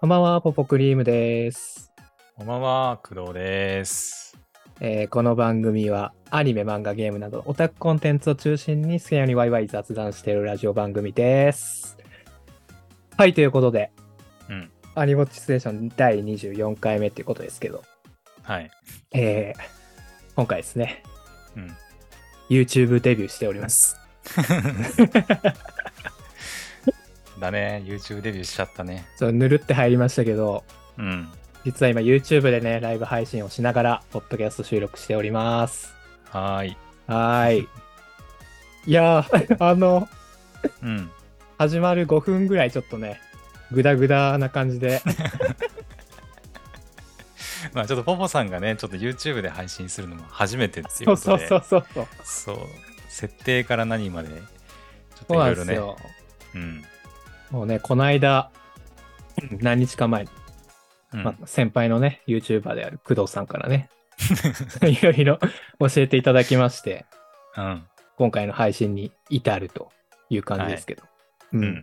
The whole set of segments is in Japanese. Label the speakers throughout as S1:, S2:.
S1: こんばんは、ポポクリームです。
S2: こんばんは、工藤です。
S1: えーこの番組はアニメ、漫画、ゲームなどオタクコンテンツを中心に好きなようにワイワイ雑談しているラジオ番組です。はい、ということで、
S2: うん
S1: アニモッチステーション第24回目ということですけど、
S2: はい。
S1: えー今回ですね、
S2: うん
S1: YouTube デビューしております。
S2: だね、YouTube デビューしちゃったね。
S1: ちょっとぬるって入りましたけど、
S2: うん。
S1: 実は今 YouTube でね、ライブ配信をしながら、ポッドキャスト収録しております。
S2: はーい。
S1: は ーい。いやー、あの、
S2: うん。
S1: 始まる5分ぐらいちょっとねグダグダな感じ で
S2: まあちょっとポポさんがね、ちょっと YouTube で配信するのも初めてっていう
S1: そうそう
S2: ことで。
S1: そうそうそう
S2: そう設定から何まで、ちょっと
S1: そ
S2: いう
S1: な
S2: ろ
S1: ん
S2: い
S1: で
S2: ろ
S1: す
S2: ね。
S1: よ、
S2: うん。
S1: もうねこの間うん何日か前、
S2: うん
S1: まあ、先輩のね YouTuber である工藤さんからね いろいろ教えていただきまして
S2: うん。
S1: 今回の配信に至るという感じですけど、
S2: う
S1: うん
S2: ん。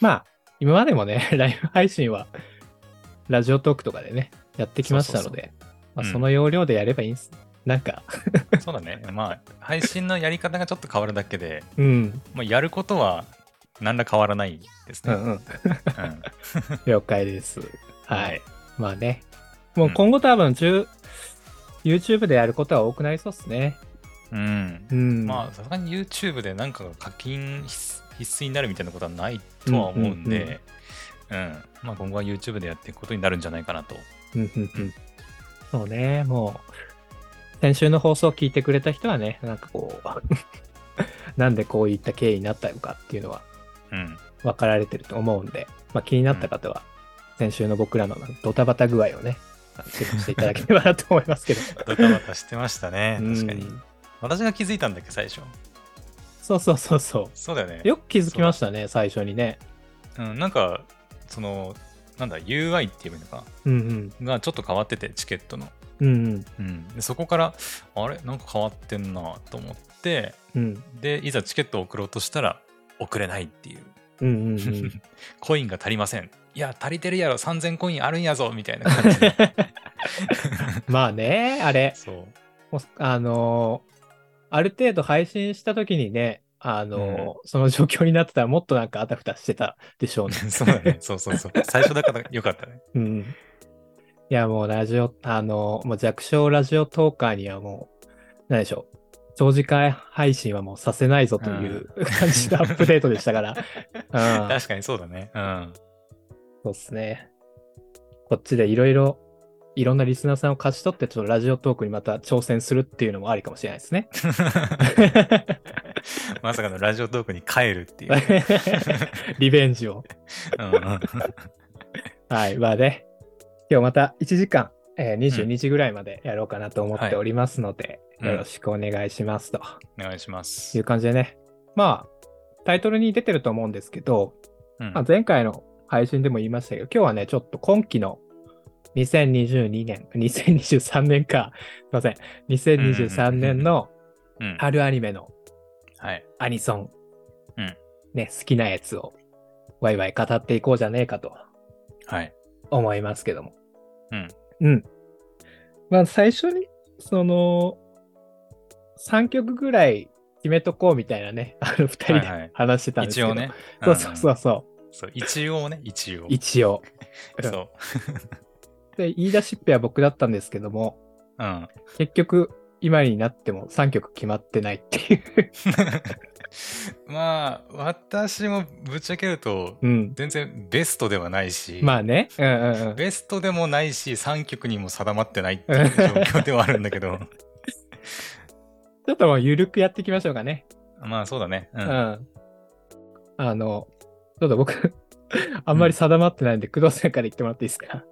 S1: まあ今までもね ライブ配信はラジオトークとかでねやってきましたのでまあ
S2: うん
S1: その要領でやればいいんです、なんか
S2: そうだね。まあ、配信のやり方がちょっと変わるだけで、
S1: うん
S2: まあ、やることは何ら変わらないです
S1: う
S2: ね。
S1: んうん
S2: うん
S1: 了解です。 はい。まあね。もううん今後多分、10 YouTube でやることは多くなりそうですね。
S2: うん
S1: う。ん。
S2: まあさすがに YouTube でなんかが課金必必須になるみたいなことはないとは思うんで、うんまあ、今後は YouTube でやっていくことになるんじゃないかなと。
S1: うんうんうん。そうね。もう、先週の放送を聞いてくれた人はね、なんかこう、 なんでこういった経緯になったのかっていうのは
S2: うん、
S1: 分かられてると思うんで、まあ気になった方は、先週の僕らのドタバタ具合をね、チェックしていただければなと思いますけど。、
S2: ドタバタしてましたね 確かに。
S1: うん
S2: 私が気づいたんだっけ、最初。
S1: そうそうそうそ
S2: そうだよね
S1: う。。よく気づきましたね、最初にね。
S2: うん、なんか、その、なんだ、UI って言えばいいのか
S1: うん
S2: ながちょっと変わってて、チケットの。
S1: うん。うんうん。
S2: うん、でそこから、あれ、なんか変わってんなと思って、
S1: うん。
S2: で、いざチケットを送ろうとしたら、送れないっていう。
S1: うんうんうん。
S2: コインが足りません。いや、足りてるやろ、3000コインあるんやぞ、みた いな感じで。
S1: まあね、あれ、
S2: そう。
S1: もうあのーある程度配信した時にね、あのーその状況になってたらもっとなんかあたふたしてたでしょうね。
S2: そうだね。そうそうそう。最初だからよかったね。
S1: うん。いや、もうラジオ、あのーもう弱小ラジオトーカーにはもう、何でしょう。長時間配信はもうさせないぞという感じのアップデートでしたから。うん、
S2: 確かにそうだね。 うん。
S1: そうっすね。こっちでいろいろ、いろんなリスナーさんを勝ち取って、ちょっとラジオトークにまた挑戦するっていうのもありかもしれないですね。
S2: まさかのラジオトークに帰るっていうね。
S1: リベンジを。
S2: うんうん
S1: はい、まあね、今日また1時間、えー22時ぐらいまでやろうかなと思っておりますので、
S2: はいうん
S1: よろしくお願いしますと
S2: お願いしま
S1: い
S2: す
S1: う。感じでね、まあ、タイトルに出てると思うんですけど、
S2: うん
S1: まあ、前回の配信でも言いましたけど、今日はね、ちょっと今期の2022年、2023年か、すいません、2023年の
S2: うん
S1: 春アニメの
S2: はい。
S1: アニソン、
S2: うん
S1: ね、好きなやつをワイワイ語っていこうじゃねえかと
S2: はい。
S1: 思いますけども。
S2: うん。
S1: うん。まあ最初に、その、3曲ぐらい決めとこうみたいなね、あの2人
S2: はいは
S1: で
S2: い
S1: 話してたんですけ
S2: 一
S1: ど、
S2: 応ね。
S1: そうそうそ
S2: ん
S1: うそ
S2: そう。一応ね、一応
S1: う。。一応。
S2: そう。
S1: で、言い出しっぺは僕だったんですけども、
S2: うん。
S1: 結局、今になっても3曲決まってないっていう。
S2: まあ、私もぶっちゃけると、
S1: うん。
S2: 全然ベストではないし。
S1: まあね。うんうんうん。
S2: ベストでもないし、3曲にも定まってないっていう状況ではあるんだけど、
S1: ちょっともう緩くやっていきましょうかね。
S2: まあそうだね。う。
S1: うんん。あの、ちょっと僕、 あんまり定まってないんで、工藤さんから言ってもらっていいですか。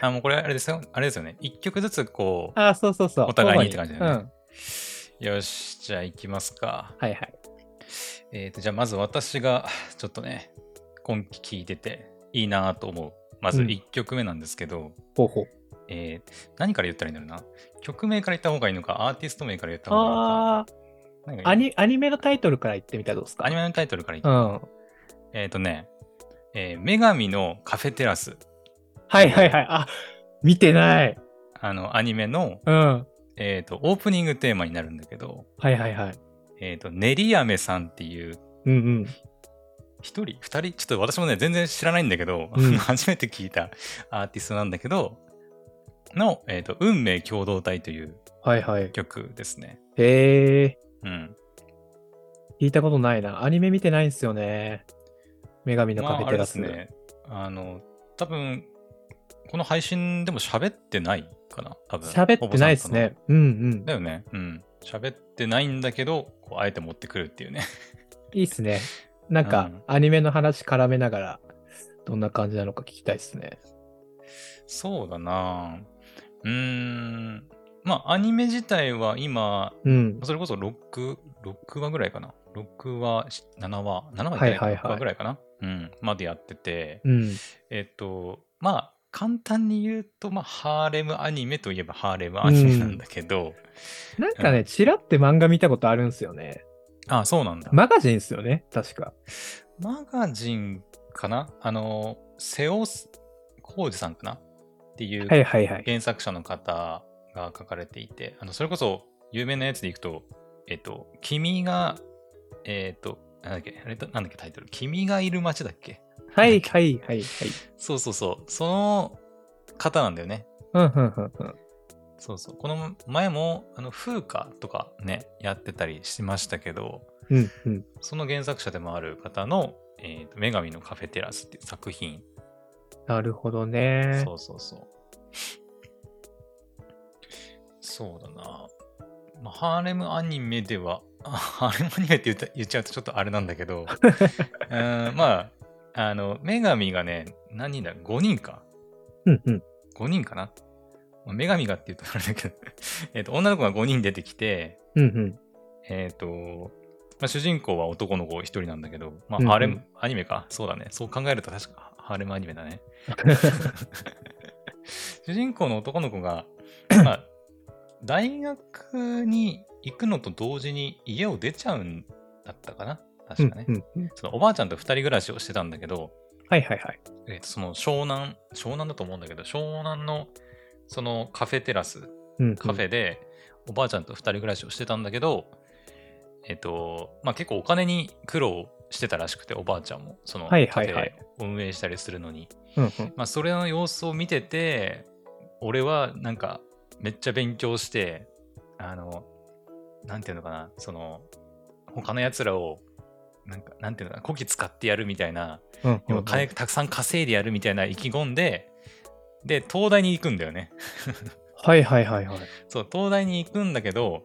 S2: あ、もうこれあれですよ。あれですよね。1曲ずつこ
S1: ああ、そうそうそう。
S2: お互いにって感じだよね
S1: うん。
S2: う、よし、じゃあ行きますか。
S1: はいはい。
S2: えっ、と、じゃあまず私が、ちょっとね、今期聴いてていいなと思う。まず
S1: うん
S2: 1曲目なんですけど、
S1: ほうほう。
S2: えー何から言ったらいいんだろうな。曲名から言った方がいいのか、アーティスト名から言った方がいいのか。
S1: あ
S2: なんか
S1: あ、アニアニメのタイトルから言ってみたらどうですか
S2: アニメのタイトルから言っ
S1: うん。
S2: えっ、とね、えー女神のカフェテラス、
S1: はいはいはい。あ、見てない。
S2: あの、アニメの、
S1: うん。
S2: えっ、と、オープニングテーマになるんだけど、
S1: はいはいはい。
S2: えっ、と、練り飴さんっていう、
S1: うん
S2: 一人二人ちょっと私もね、全然知らないんだけど、
S1: うん
S2: 初めて聞いたアーティストなんだけど、の、えっ、と、運命共同体という
S1: うん。はいはい。
S2: 曲ですね。
S1: へえ、
S2: うん。
S1: 聞いたことないな。アニメ見てないんすよね。女神の
S2: ま
S1: カフ
S2: あ、
S1: ェテ
S2: あれで
S1: ラ
S2: す
S1: ス。
S2: ね。あの、多分、この配信でも喋ってないかな、多分。
S1: 喋ってないですね。うんうん。
S2: だよね。うん。喋ってないんだけど、こうあえて持ってくるっていうね。
S1: いいっすね。なん
S2: う
S1: か
S2: ん、
S1: アニメの話絡めながら、どんな感じなのか聞きたいっすね。
S2: そうだなぁうーん。まあ、アニメ自体は今、
S1: うん。
S2: それこそ6、6話ぐらいかな。6話、し7話、7話じゃないか
S1: はいはいはい
S2: 6話ぐらいかな。うん。までやってて、
S1: うん。
S2: えっと、まあ、簡単に言うと、まあ、ハーレムアニメといえばハーレムアニメなんだけど、
S1: なんかね、ちらって漫画見たことあるんすよね。
S2: あ、そうなんだ。
S1: マガジンっすよね、確か。
S2: マガジンかなあの、瀬尾浩二さんかなっていう
S1: はいはいはい。
S2: 原作者の方が書かれていて、あのそれこそ有名なやつでいくと、えっと、君が、えっと、なんだっけ、あれとなんだっけタイトル、君がいる街だっけ
S1: はいはいはいはい。
S2: そうそうそう、その方なんだよね。
S1: うんうんうんうん。
S2: そうそう。この前も、あの、風花とかね、やってたりしましたけど、
S1: うんうん。
S2: その原作者でもある方の、えっと、女神のカフェテラスっていう作品
S1: なるほどね。
S2: そうそうそう。そうだな。まあ、ハーレムアニメでは、あハーレムアニメって言った言っちゃうとちょっとあれなんだけ ど、うーんまあ、あの、女神がね、何人だ ?5 人か。
S1: うんうん。
S2: 5人かな。まあ女神がって言うとあれだけど、 えっと、女の子が5人出てきて、
S1: うん うん。
S2: えっ、と、まあ、主人公は男の子1人なんだけど、まあ、
S1: うんうん
S2: ハーレム、アニメか。そうだね。そう考えると確かハーレムアニメだね。主人公の男の子 が、まあ、大学に行くのと同時に家を出ちゃうんだったかな確かね。
S1: うんうんうん
S2: そのおばあちゃんと二人暮らしをしてたんだけど、
S1: はいはいはい。
S2: えーとその湘南、湘南だと思うんだけど、湘南のそのカフェテラス、
S1: うんうん
S2: カフェでおばあちゃんと二人暮らしをしてたんだけど、えっ、と、まあ結構お金に苦労してたらしくて、おばあちゃんも、その
S1: は
S2: カフ
S1: いはいは
S2: ェ
S1: い
S2: を運営したりするのに。
S1: うんうん
S2: まあ、それの様子を見てて、俺はなんか、めっちゃ勉強して、あの、なんていうのかな、その、他のやつらを、なんか、なんていうのかな、こき使ってやるみたいな、
S1: うんうん
S2: 要は金たくさん稼いでやるみたいな意気込んで、で、東大に行くんだよね。
S1: はいはいはいはい。
S2: そう、東大に行くんだけど、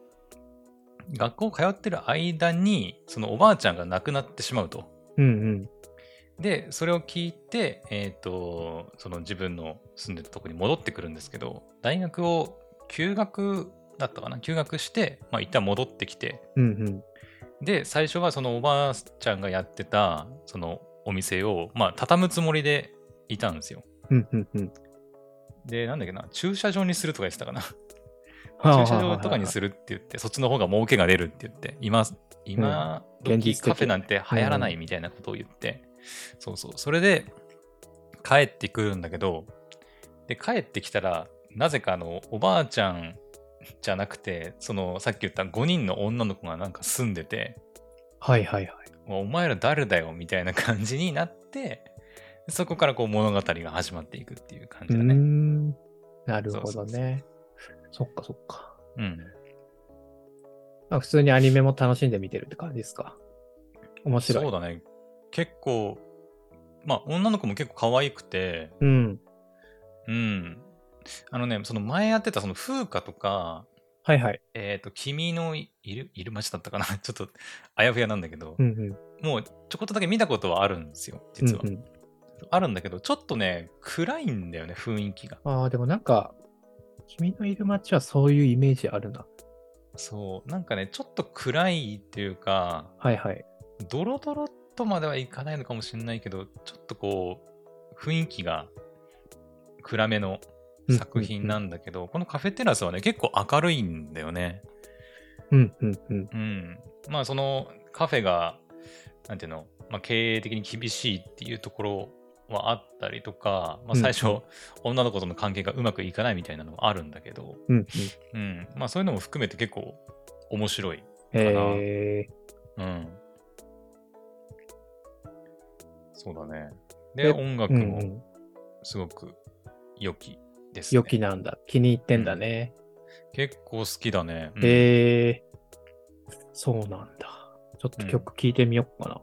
S2: 学校通ってる間に、そのおばあちゃんが亡くなってしまうと。
S1: うん
S2: で、それを聞いて、えっ、と、その自分の住んでるとこに戻ってくるんですけど、大学を休学だったかな休学して、まあ一旦戻ってきて、
S1: うん。うん
S2: で、最初はそのおばあちゃんがやってた、そのお店を、まあ畳むつもりでいたんですよ。
S1: うん。うんうんうん。
S2: で、なんだっけな、駐車場にするとか言ってたかな。
S1: はあ
S2: 駐車場とかに
S1: は
S2: するって言って、そっちの方が儲けが出るって言って、今、今、
S1: 現実
S2: 時
S1: 的
S2: カフェなんて流行らないみたいなことを言って、そうそう、それで帰ってくるんだけど、で、帰ってきたら、なぜかあの、おばあちゃんじゃなくて、その、さっき言った5人の女の子がなんか住んでて、
S1: はいはいはい。
S2: お前ら誰だよみたいな感じになって、そこからこう物語が始まっていくっていう感
S1: う
S2: じだ
S1: ー
S2: ね。
S1: ん。なるほど
S2: そうそう
S1: ね。そっかそっか。
S2: うん。
S1: あ普通にアニメも楽しんで見てるって感じですか。面白い。
S2: そうだね。結構、まあ、女の子も結構可愛くて、
S1: うん。
S2: うん。あのね、その前やってた、その風花とか、
S1: はいはい。
S2: えっ、と、君のいいる、いる街だったかな ちょっと、あやふやなんだけど
S1: う、んうん。
S2: もう、ちょこっとだけ見たことはあるんですよ、実は。
S1: うんうん
S2: あるんだけど、ちょっとね、暗いんだよね、雰囲気が。
S1: ああ、でもなんか、君のいる街はそういうイメージあるな。
S2: そう、なんかね、ちょっと暗いっていうか、
S1: はいはい。
S2: ドロドロっとまではいかないのかもしれないけど、ちょっとこう、雰囲気が暗めの作品なんだけど、このカフェテラスはね、結構明るいんだよね。
S1: うんうんうん。
S2: うん。まあ、そのカフェが、なんていうの、まあ、経営的に厳しいっていうところはあったりとか、まあ、
S1: うん
S2: 最初、女の子との関係がうまくいかないみたいなのもあるんだけど、
S1: うんうん。
S2: うんまあ、そういうのも含めて結構面白い。
S1: え
S2: うん、そうだね。
S1: え
S2: で、音楽
S1: ー、うんう
S2: も
S1: ん。
S2: すごく良きです、ね
S1: 良きなんだ。気に入ってんだね。
S2: 結構好きだね。うん
S1: えー、そうなんだ。ちょっと曲聴いてみようかな。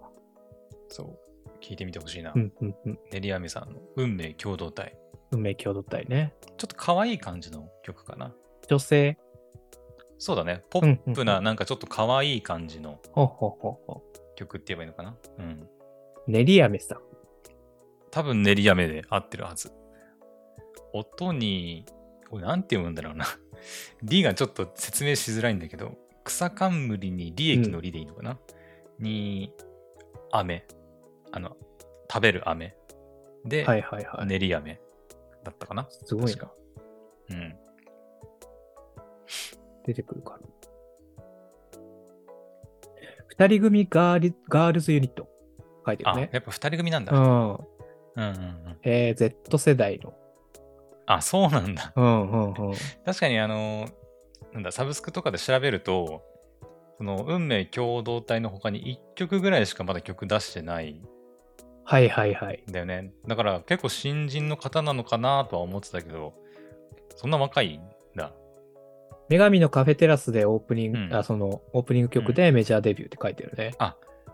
S2: そう。聞いてみてほしいな。
S1: うんうんうん。
S2: 練り網さんの運命共同体。
S1: 運命共同体ね。
S2: ちょっと可愛い感じの曲かな。
S1: 女性。
S2: そうだね。ポ
S1: うん
S2: ップな、なんかちょっと可愛い感じの
S1: ほうほうほうほ
S2: 曲って言えばいいのかな。うん。
S1: う。練り飴さん。
S2: 多分練り飴で合ってるはず。音に、これなんて読むんだろうな。D がちょっと説明しづらいんだけど、草冠に利益の利でいいのかな、に、飴。あの、食べる飴。で、
S1: はいはいはい。
S2: 練り飴だったかな。
S1: すごい
S2: 確
S1: な
S2: か。うん。
S1: 出てくるから。二人組ガーリガールズユニット。書いてる
S2: あ、
S1: ね。
S2: やっぱ二人組なんだ。
S1: う
S2: うん
S1: ん。
S2: うんうん。
S1: えー、Z 世代の。
S2: あ、そうなんだ。
S1: うんうんうん。
S2: 確かにあの、なんだ、サブスクとかで調べると、その運命共同体の他に1曲ぐらいしかまだ曲出してないん
S1: はいはいはい。
S2: だよね。だから結構新人の方なのかなとは思ってたけど、そんな若いんだ。
S1: 女神のカフェテラスでオープニング、
S2: うん
S1: あ、その、オープニング曲でメジャーデビューって書いてる ね。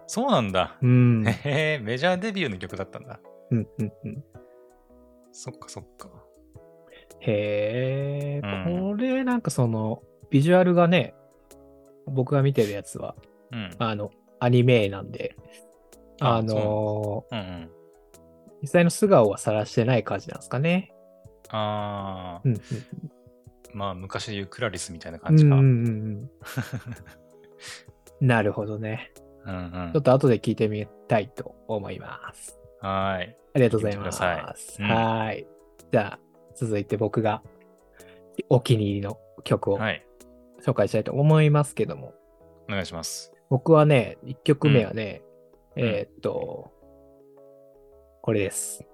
S2: そうなんだ。
S1: うん。うん
S2: へえ、メジャーデビューの曲だったんだ。
S1: うんうん。
S2: そっかそっか。
S1: へえ、
S2: う
S1: これなんかその、ビジュアルがね、僕が見てるやつは、
S2: うん。
S1: あの、アニメなんで、
S2: あ
S1: あの
S2: うんうん。
S1: ー実際の素顔は晒してない感じなんですかね。
S2: ああ
S1: う、んうん
S2: まあ昔で言うクラリスみたいな
S1: う
S2: 感
S1: ん。
S2: じ
S1: うん
S2: か。
S1: う
S2: うん
S1: ん うん。なるほどね。
S2: うん
S1: ちょっ。と後で聞いてみたいと思います。
S2: はーい。
S1: ありがとうございます。
S2: 聞いてくださいうん
S1: はーい。じゃあ、続いて僕がお気に入りの曲を
S2: はい。
S1: 紹介したいと思いますけども、
S2: お願いします。
S1: 僕はね、1曲目はね、
S2: うん
S1: えーっと、これです。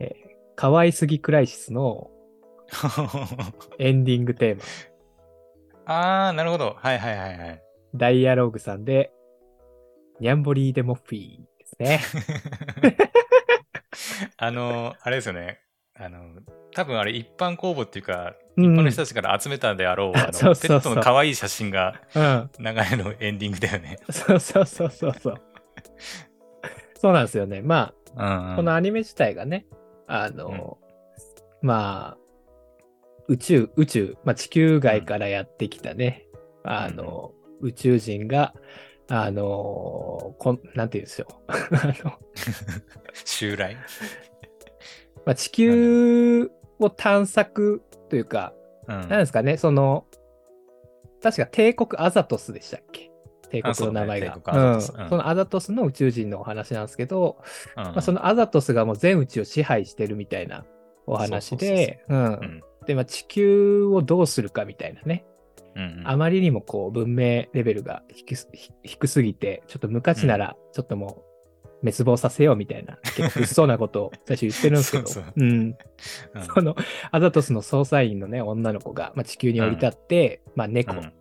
S1: えー可愛すぎクライシスのエンディングテーマ、
S2: ああ、なるほど。はいはいはい はい。
S1: ダイアローグさんで、ニャンボリーデモフィーです ね。
S2: あの、あれですよね。あの、多分あれ一般公募っていうか、
S1: うんう
S2: この
S1: ん
S2: 人たちから集めたであろう、あの
S1: そうそうそう
S2: ペットの可愛い写真が流れのエンディングだよね。
S1: そうそうそうそう そう。そうなんですよね。まあ、
S2: うんうん
S1: このアニメ自体がね、あの、まあ、宇宙、宇宙、まあ、地球外からやってきたね、あの、宇宙人が、あの、こんなんて言うんですよ。あの、
S2: 襲来。
S1: まあ、地球を探索というか、
S2: うん
S1: なんですかね、その、確か帝国アザトスでしたっけ帝
S2: あそ
S1: 国
S2: う
S1: の
S2: だ
S1: 名
S2: ね
S1: 前が。
S2: 帝国アザトス
S1: うん
S2: うん
S1: そのアザトスの宇宙人のお話なんですけど、
S2: うんうん
S1: まあ、そのアザトスがもう全宇宙を支配してるみたいなお話で、うんで、まあ、地球をどうするかみたいなね、
S2: うんうん
S1: あまりにもこう文明レベルが低すひ低すぎて、ちょっと無価値ならちょっともう滅亡させようみたいな、結構物騒なことを最初言ってるんですけど、
S2: そうそう
S1: うん、
S2: うん
S1: そのアザトスの捜査員のね、女の子が、まあ、地球に降り立って、まあ、
S2: う
S1: 猫
S2: ん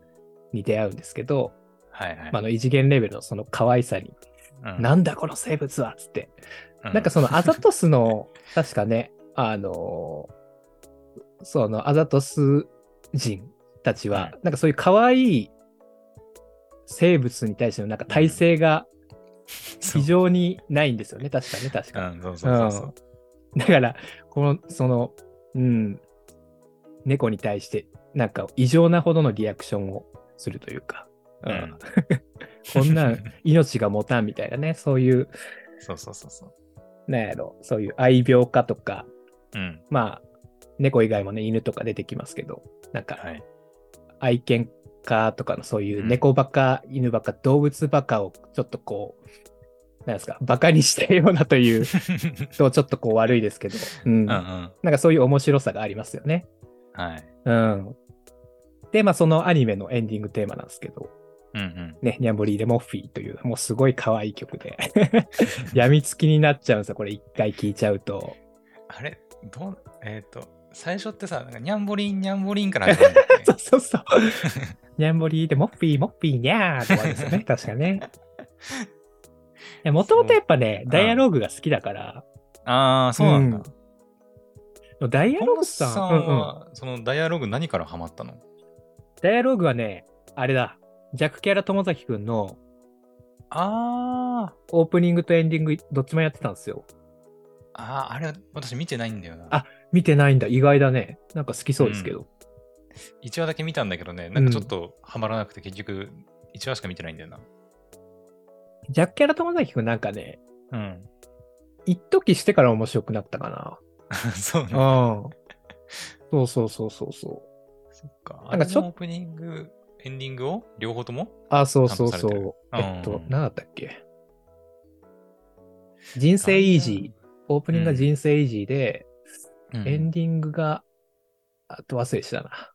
S1: に出会うんですけど、
S2: はいはい。
S1: まあ、あの異次元レベルのその可愛さに、
S2: うん
S1: なんだこの生物はっつって、
S2: う
S1: なんかそのアザトス の、確かね、あのーそのアザトス人たちは、
S2: はい
S1: なんかそういう可愛い生物に対してのなんか耐性が
S2: そう
S1: 非常にないんですよね、確かね、確か
S2: うんそうそうそうそう。
S1: だから、この、その、うん、猫に対して、なんか異常なほどのリアクションをするというか、うん
S2: うん
S1: こんなん命が持たんみたいなね、そういう、
S2: そうそうそうそう。
S1: なんやろ、そういう愛病家とか、
S2: うん。
S1: まあ、猫以外もね、犬とか出てきますけど、なんか、
S2: はい。
S1: 愛犬家とかのそういう
S2: うん
S1: 猫バカ、犬バカ、動物バカをちょっとこう、なんですか、バカにしたようなと いうと、ちょっとこう悪いですけど、うん。
S2: うんう
S1: なん
S2: ん。
S1: かそういう面白さがありますよね。
S2: はい。
S1: うん。で、まあそのアニメのエンディングテーマなんですけど、
S2: うんうん。
S1: ね、ニャンボリーでモッフィーという、もうすごい可愛い曲 で、 病みつきになっちゃうんですよ、これ一回聴いちゃうと。
S2: あれどう、えっ、と、最初ってさ、なんかニャンボリン、ニャンボリンから始まるんだよね
S1: そうそうそう。ニャンボリーでモッフィー、モッフィー、ニャーってこと ですよね、確かね。もともとやっぱね、
S2: そう
S1: ダイアローグが好きだから、
S2: ああ、そうなんだ。
S1: ダイア
S2: 近
S1: ローグ
S2: 藤
S1: さん
S2: さん
S1: うんうん
S2: は、そのダイアログ何からハマったの
S1: ダイアローグはね、あれだ、ジャック・キャラ友崎くんの
S2: あー
S1: オープニングとエンディング、どっちもやってたんですよ。
S2: あー、あれ私見てないんだよな。
S1: あ見てないんだ、意外だね。なんか好きそうですけど。
S2: 1話だけ見たんだけどね、なんかちょっとハマらなくて、結局1話しか見てないんだよな。
S1: ジャック・キャラ友崎くんなんかね、
S2: うん。
S1: 一時してから面白くなったか
S2: そうね。
S1: な。うん。そうそうそうそうそう。
S2: そっか。
S1: な
S2: あ
S1: んか
S2: れ
S1: ちょ
S2: のオープニング、エンディングを両方とも
S1: あ、そうそう
S2: 担
S1: そ
S2: 当されて
S1: う
S2: る。
S1: えっと
S2: う、ん
S1: 何だったっけ人生イージー。オープニングが人生イージーで、
S2: ー。うん
S1: エンディングが、あと忘れしたな。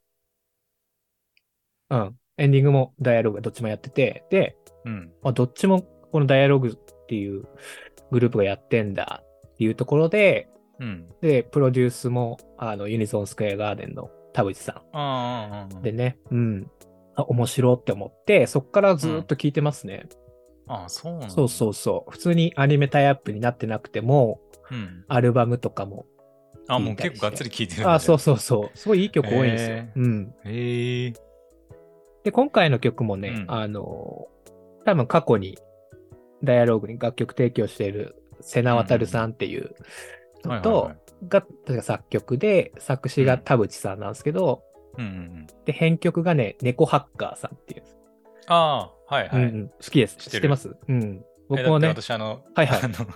S1: うん。エンディングもダイアログがどっちもやってて、で、
S2: うん。
S1: あ、どっちもこのダイアログっていうグループがやってんだっていうところで、
S2: うん。
S1: で、プロデュースも、あの、ユニゾンスクエアガーデンの田淵さん
S2: あーあー、あー
S1: でね、うん。あ、面白って思って、そっからずーっと聞いてますね。
S2: あー、そうなんだ。
S1: そうそうそう。普通にアニメタイアップになってなくても、
S2: うん。
S1: アルバムとかも。
S2: あ、もう結構がっつり聴いてるんだ
S1: あ、そう
S2: そ
S1: そうそう。すごいいい曲多いんですよ。
S2: へ
S1: うん。
S2: う。へえ。
S1: で、今回の曲もね、
S2: うん
S1: あのー、多分過去に、ダイアローグに楽曲提供している瀬名渡さんっていう人
S2: はいはいは
S1: と
S2: い、
S1: が、確か作曲で、作詞が田淵さんなんですけど、
S2: うんうんうん。
S1: で、編曲がね、猫ハッカーさんっていう。
S2: ああ、はい
S1: う
S2: はい。
S1: んうん、好きです。
S2: 知っ
S1: 知
S2: て
S1: っ
S2: る
S1: てますうん。僕
S2: え
S1: も
S2: だっ
S1: ね
S2: て、私あの、
S1: はいはい
S2: あの、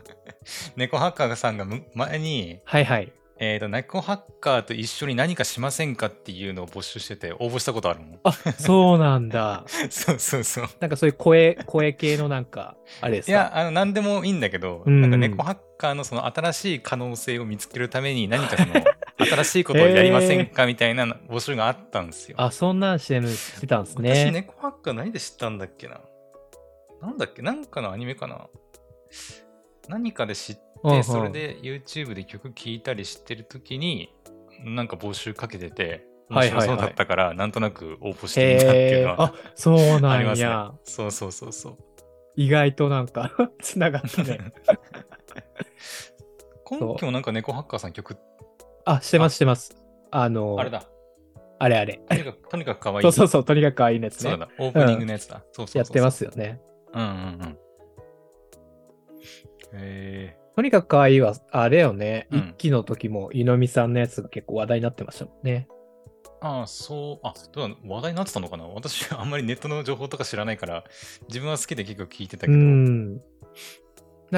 S2: 猫ハッカーさんがむ前に、
S1: はいはい。
S2: えっ、と、猫ハッカーと一緒に何かしませんかっていうのを募集してて、応募したことあるもん。
S1: あ、そうなんだ。
S2: そうそうそう。
S1: なんかそういう声、声系のなんか、あれです
S2: い
S1: か
S2: や、あの、何でもいいんだけど、
S1: うん
S2: なんか猫ハッカーのその新しい可能性を見つけるために何か その、新しいことをやりませんかみたいな募集があったんですよ。
S1: あ、そんなんしてるしてたんです
S2: 私、
S1: ね。
S2: 猫ハッカー何で知ったんだっけななんだっけなんかのアニメかな何かで知って、
S1: うんうん
S2: それで YouTube で曲聴いたりしてるときに、なんか募集かけてて、
S1: は
S2: 面
S1: いはいはい
S2: 白そうだったから、なんとなく応募してみたっていう
S1: へ
S2: の
S1: ー
S2: は
S1: あ、そう
S2: あ
S1: な
S2: りま
S1: ん
S2: すね
S1: や。。
S2: そうそうそうそう。
S1: 意外となんか、 つながった ね。
S2: 今期もなんか猫ハッカーさん曲、
S1: あ、してますしてます。あの、
S2: あれだ、
S1: あれあれ。
S2: とにかくとにかく可愛い。
S1: そうそうそう、とにかくああいうやつ
S2: そう
S1: ね
S2: だ。、オープニングのやつだ。そうそうそう
S1: やってますよね。
S2: うんうんうん。へ
S1: とにかく可愛いは、あれよね。
S2: うん
S1: 一期の時も、井上さんのやつが結構話題になってましたもんね。
S2: ーああ、そう、あ、どうなの話題になってたのかな私、あんまりネットの情報とか知らないから、自分は好きで結構聞いてたけ
S1: う
S2: ど。
S1: ん。なん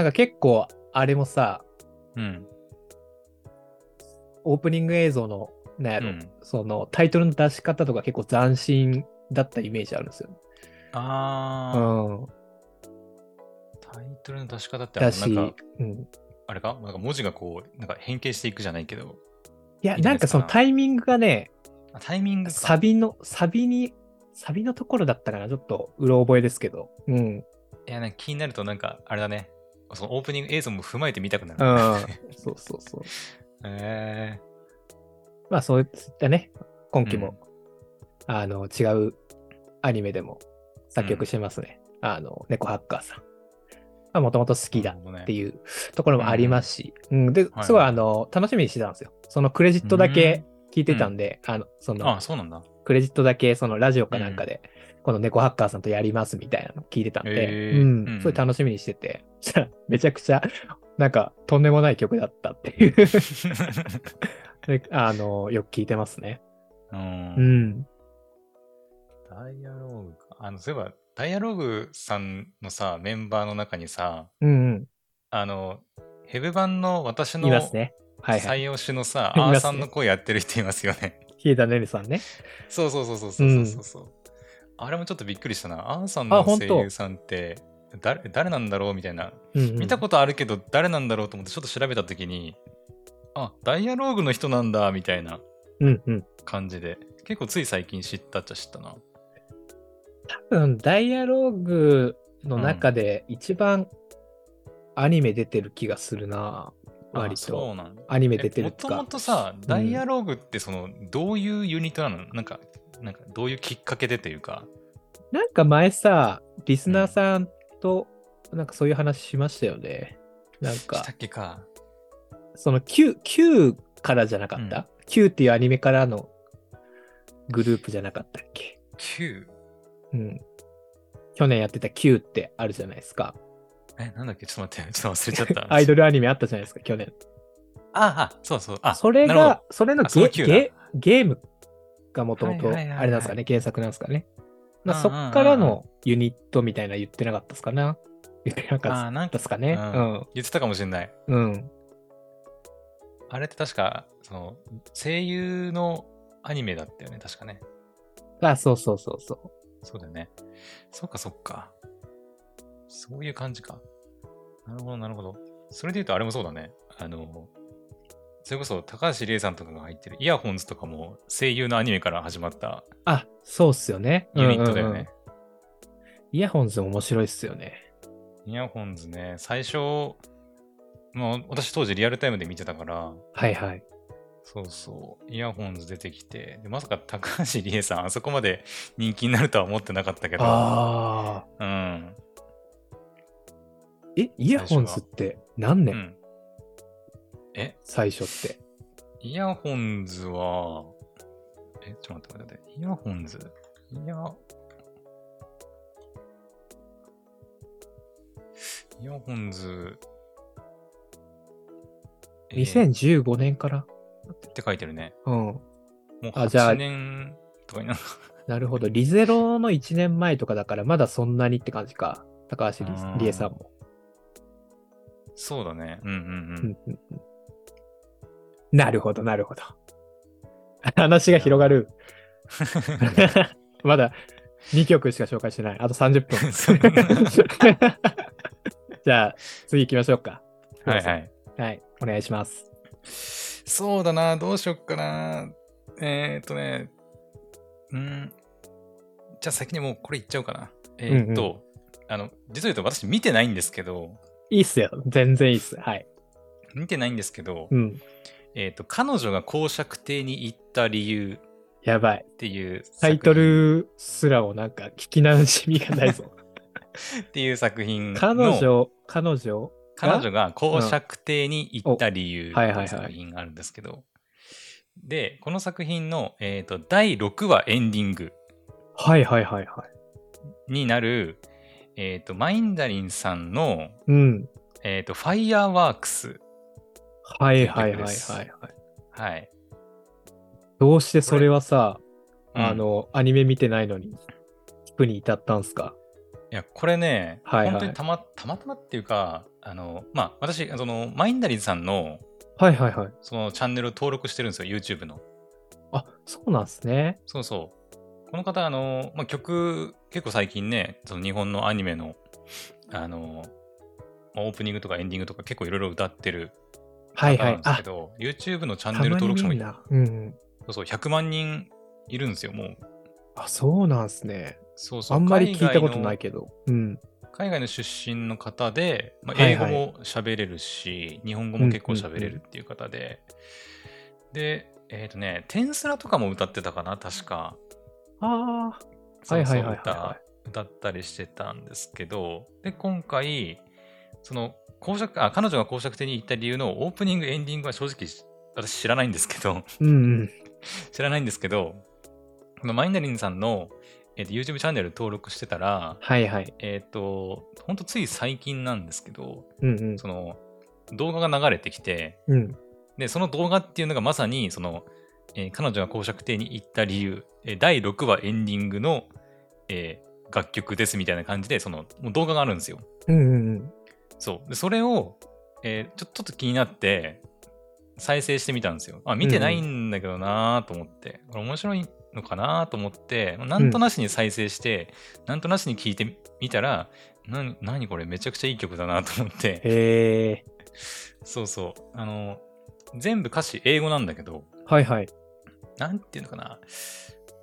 S1: か結構、あれもさ、
S2: うん。
S1: オープニング映像の、なんや
S2: う
S1: ろ、
S2: ん
S1: そのタイトルの出し方とか結構斬新だったイメージあるんですよね。う
S2: ああ、
S1: ん。
S2: タイトルの出し方って
S1: だ
S2: あのな
S1: し、
S2: んか、
S1: うん。
S2: あれかなんか文字がこう、なんか変形していくじゃないけど、
S1: いや、
S2: いいんじ
S1: な
S2: ゃない
S1: ん
S2: で
S1: か
S2: す
S1: そ
S2: か
S1: のタイミングがね、
S2: あタイミングか。
S1: サビの、サビに、サビのところだったかな、ちょっとうろ覚えですけど。うん。 うん。
S2: いや、なんか気になると、なんか、あれだね。そのオープニング映像も踏まえてみたくなる。
S1: そうそうそう。
S2: へえ
S1: まあ、そういったね、今期も、あの、違うアニメでも作曲してますね。あの、猫ハッカーさん。まあ、もともと好きだって
S2: う。
S1: いうところもありますし、うんで
S2: は、い
S1: すごいあの、楽しみにしてたんですよ。そのクレジットだけ聞いてたんで、あの、その
S2: あ、、そうなんだ。
S1: クレジットだけそのラジオかなんかで、この猫ハッカーさんとやりますみたいなの聞いてたんで、
S2: へー
S1: う
S2: うん
S1: ん、
S2: うん
S1: すごい楽しみにして て、そしたらめちゃくちゃ、なんか、とんでもない曲だったっていう で、あの、よく聞いてますね。
S2: う。
S1: うんん。
S2: ダイアローグか。あの、そういえば、ダイアローグさんのさ、メンバーの中にさ、
S1: うんうん。
S2: あの、ヘブ版の私の
S1: いますね。はいはい。
S2: 採用種のさ、
S1: いますね
S2: あーさんの声やってる人いますよね。
S1: ヒエダネルさんね。
S2: そうそうそうそうそうそうそう。あれもちょっとびっくりしたな。あーさん
S1: あ
S2: の
S1: 本
S2: 声
S1: 当
S2: 優さんって誰誰なんだろうみたいな
S1: うんうん
S2: 見たことあるけど誰なんだろうと思ってちょっと調べた時にあダイアローグの人なんだみたいな
S1: うんうん。
S2: 感じで結構つい最近知ったっちゃ知ったな
S1: 多分、ダイアローグの中で一番アニメ出てる気がするな。割
S2: あそ
S1: と。
S2: うなんだ
S1: アニメ出てるっ
S2: も
S1: て
S2: と
S1: いうか。
S2: もとさ、ダイアローグってその、どういうユニットなのなんか、なんかどういうきっかけでというか。
S1: なんか前さ、リスナーさんと、なんかそういう話しましたよね。なん
S2: し
S1: か
S2: た、っけか。
S1: その Q、Q からじゃなかった、
S2: うん
S1: ?Q っていうアニメからのグループじゃなかったっけ
S2: Q。
S1: うん。去年やってた Q ってあるじゃないですか。
S2: え、なんだっけちょっと待って、ちょっと忘れちゃった。
S1: アイドルアニメあったじゃないですか、去年。
S2: ああ、そうそう。あ、
S1: それ
S2: なるほど
S1: が、それの
S2: あその
S1: ゲ
S2: Q
S1: ゲゲームがもともと、あ
S2: はい
S1: れ
S2: はいはいはい
S1: なんですかね、原作なんですかね。まあ、
S2: う
S1: そ
S2: んうんうんうん
S1: っからのユニットみたいな言ってなかったですかな言ってなか
S2: あー
S1: っ
S2: なん
S1: たで
S2: か
S1: すかね。
S2: う言ってたかもしれない。
S1: うん。うん。
S2: あれって確か、その、声優のアニメだったよね、確かね。
S1: あ、そうそうそうそ
S2: そうだよね。そっかそっか。そういう感じか。なるほど、なるほど。それで言うと、あれもそうだね。あの、それこそ高橋礼さんとかが入ってるイヤホンズとかも声優のアニメから始まった
S1: う。あ、そうっすよね。
S2: ユニットだ
S1: う
S2: よね。
S1: んうんうんイヤホンズ面白いっすよね。
S2: イヤホンズね、最初、まあ、私当時リアルタイムで見てたから、
S1: はいはい。
S2: そうそう、イヤホンズ出てきて、でまさか高橋理恵さん、あそこまで人気になるとは思ってなかったけど、
S1: ああ。
S2: うん、
S1: え、イヤホンズって何
S2: う
S1: 年、
S2: ん。え、
S1: 最初って。
S2: イヤホンズは、え、ちょっと待って待って待って、イヤホンズイヤ、イヤホンズ、えー
S1: 2015年から、
S2: って書いてるね。
S1: うん。
S2: もう
S1: あじゃあ
S2: 8年とかになる
S1: なるほど。リゼロの1年前とかだから、まだそんなにって感じか。高橋り
S2: うん
S1: りえさんも。
S2: そうだね。うんうん
S1: う
S2: う
S1: ん
S2: ん。
S1: うんうんなるほど、なるほど。話が広が る。まだ2曲しか紹介してない。あと30
S2: そう
S1: 分。 じゃあ、次行きましょうか。
S2: はいはい。
S1: はい、お願いします。
S2: そうだな、どうしよっかな。えー、っとね、うん。じゃあ先にもうこれ言っちゃおうかな。えーっと、あの、実は言うと私見てないんですけど、
S1: いいっすよ。全然いいっす。はい。
S2: 見てないんですけど、
S1: うん。
S2: えーっと、彼女が公爵邸に行った理由
S1: やばい。
S2: っていう
S1: タイトルすらもなんか聞きなじみがないぞ。
S2: 作品って いう作品の
S1: 彼女、彼女、
S2: 彼女が公爵邸に行った理由
S1: ん
S2: と
S1: はいいはいは
S2: う
S1: い
S2: 作品があるんですけど、で、この作品の、えーっと第6話エンディング
S1: はいはいはいはい。
S2: になる、えー、とマインダリンさんの、
S1: うん。
S2: えー、とファイヤーワークス、
S1: はいはいはい
S2: 結局で
S1: はい
S2: す
S1: はい。
S2: はい
S1: どうしてそれはさ、
S2: うん
S1: あの、アニメ見てないのに、聞くに至ったんすか
S2: いやこれね、
S1: はいはい
S2: 本当にたまたまたまっていうかあの、まあ、私そのマインダリンさんの
S1: はいはいはい。
S2: そのチャンネルを登録してるんですよ YouTube の
S1: あ、そうなんすね。
S2: そうそうこの方あの、まあ、曲結構最近ねその日本のアニメのあのまあオープニングとかエンディングとか結構いろいろ歌ってる
S1: はい
S2: 方
S1: は
S2: なん
S1: い。
S2: です
S1: あ
S2: け、ど、YouTube のチャ
S1: た
S2: ン
S1: ま
S2: ネ
S1: に
S2: ル登録者も
S1: 見んな。うんうん。
S2: そうそう100万人いるんですよもう
S1: あ、そうなんすね。
S2: そうそう
S1: あんまり聞いたことない
S2: 海外の
S1: けど。うん。
S2: 海外の出身の方で、まあ、
S1: はい
S2: 英
S1: は
S2: 語
S1: い
S2: も喋れるし、日本語も結構喋れるっていう方で、でえっ、とね「テンスラ」とかも歌ってたかな確か
S1: ああ。
S2: そ
S1: は
S2: う
S1: い
S2: そ
S1: は
S2: う
S1: いはいは
S2: 歌歌ったりしてたんですけどで今回その公爵あ彼女が公爵邸に行った理由のオープニングエンディングは正直私知らないんですけど
S1: い。うんうん。
S2: 知らないんですけど、このマイナリンさんの、えーと YouTube チャンネル登録してたら、
S1: はいはい。
S2: えっ、と、ほんとつい最近なんですけど、
S1: うんうん。
S2: その動画が流れてきて、
S1: うん。
S2: で、その動画っていうのがまさに、その、えー彼女が公爵邸に行った理由、えー第6話エンディングの、えー楽曲ですみたいな感じで、そのもう動画があるんですよ。
S1: うんうんうん。
S2: そう。で、それを、えーちょ、ちょっと気になって、再生してみたんですよ。あ、見てないんだけどなーと思って、これ面白いのかなーと思って、なんとなしに再生して、なんとなしに聞いてみたら、な、なにこれめちゃくちゃいい曲だなと思って、
S1: へえ。
S2: そうそう。あの、全部歌詞英語なんだけど、
S1: はいはい。
S2: なんていうのかな、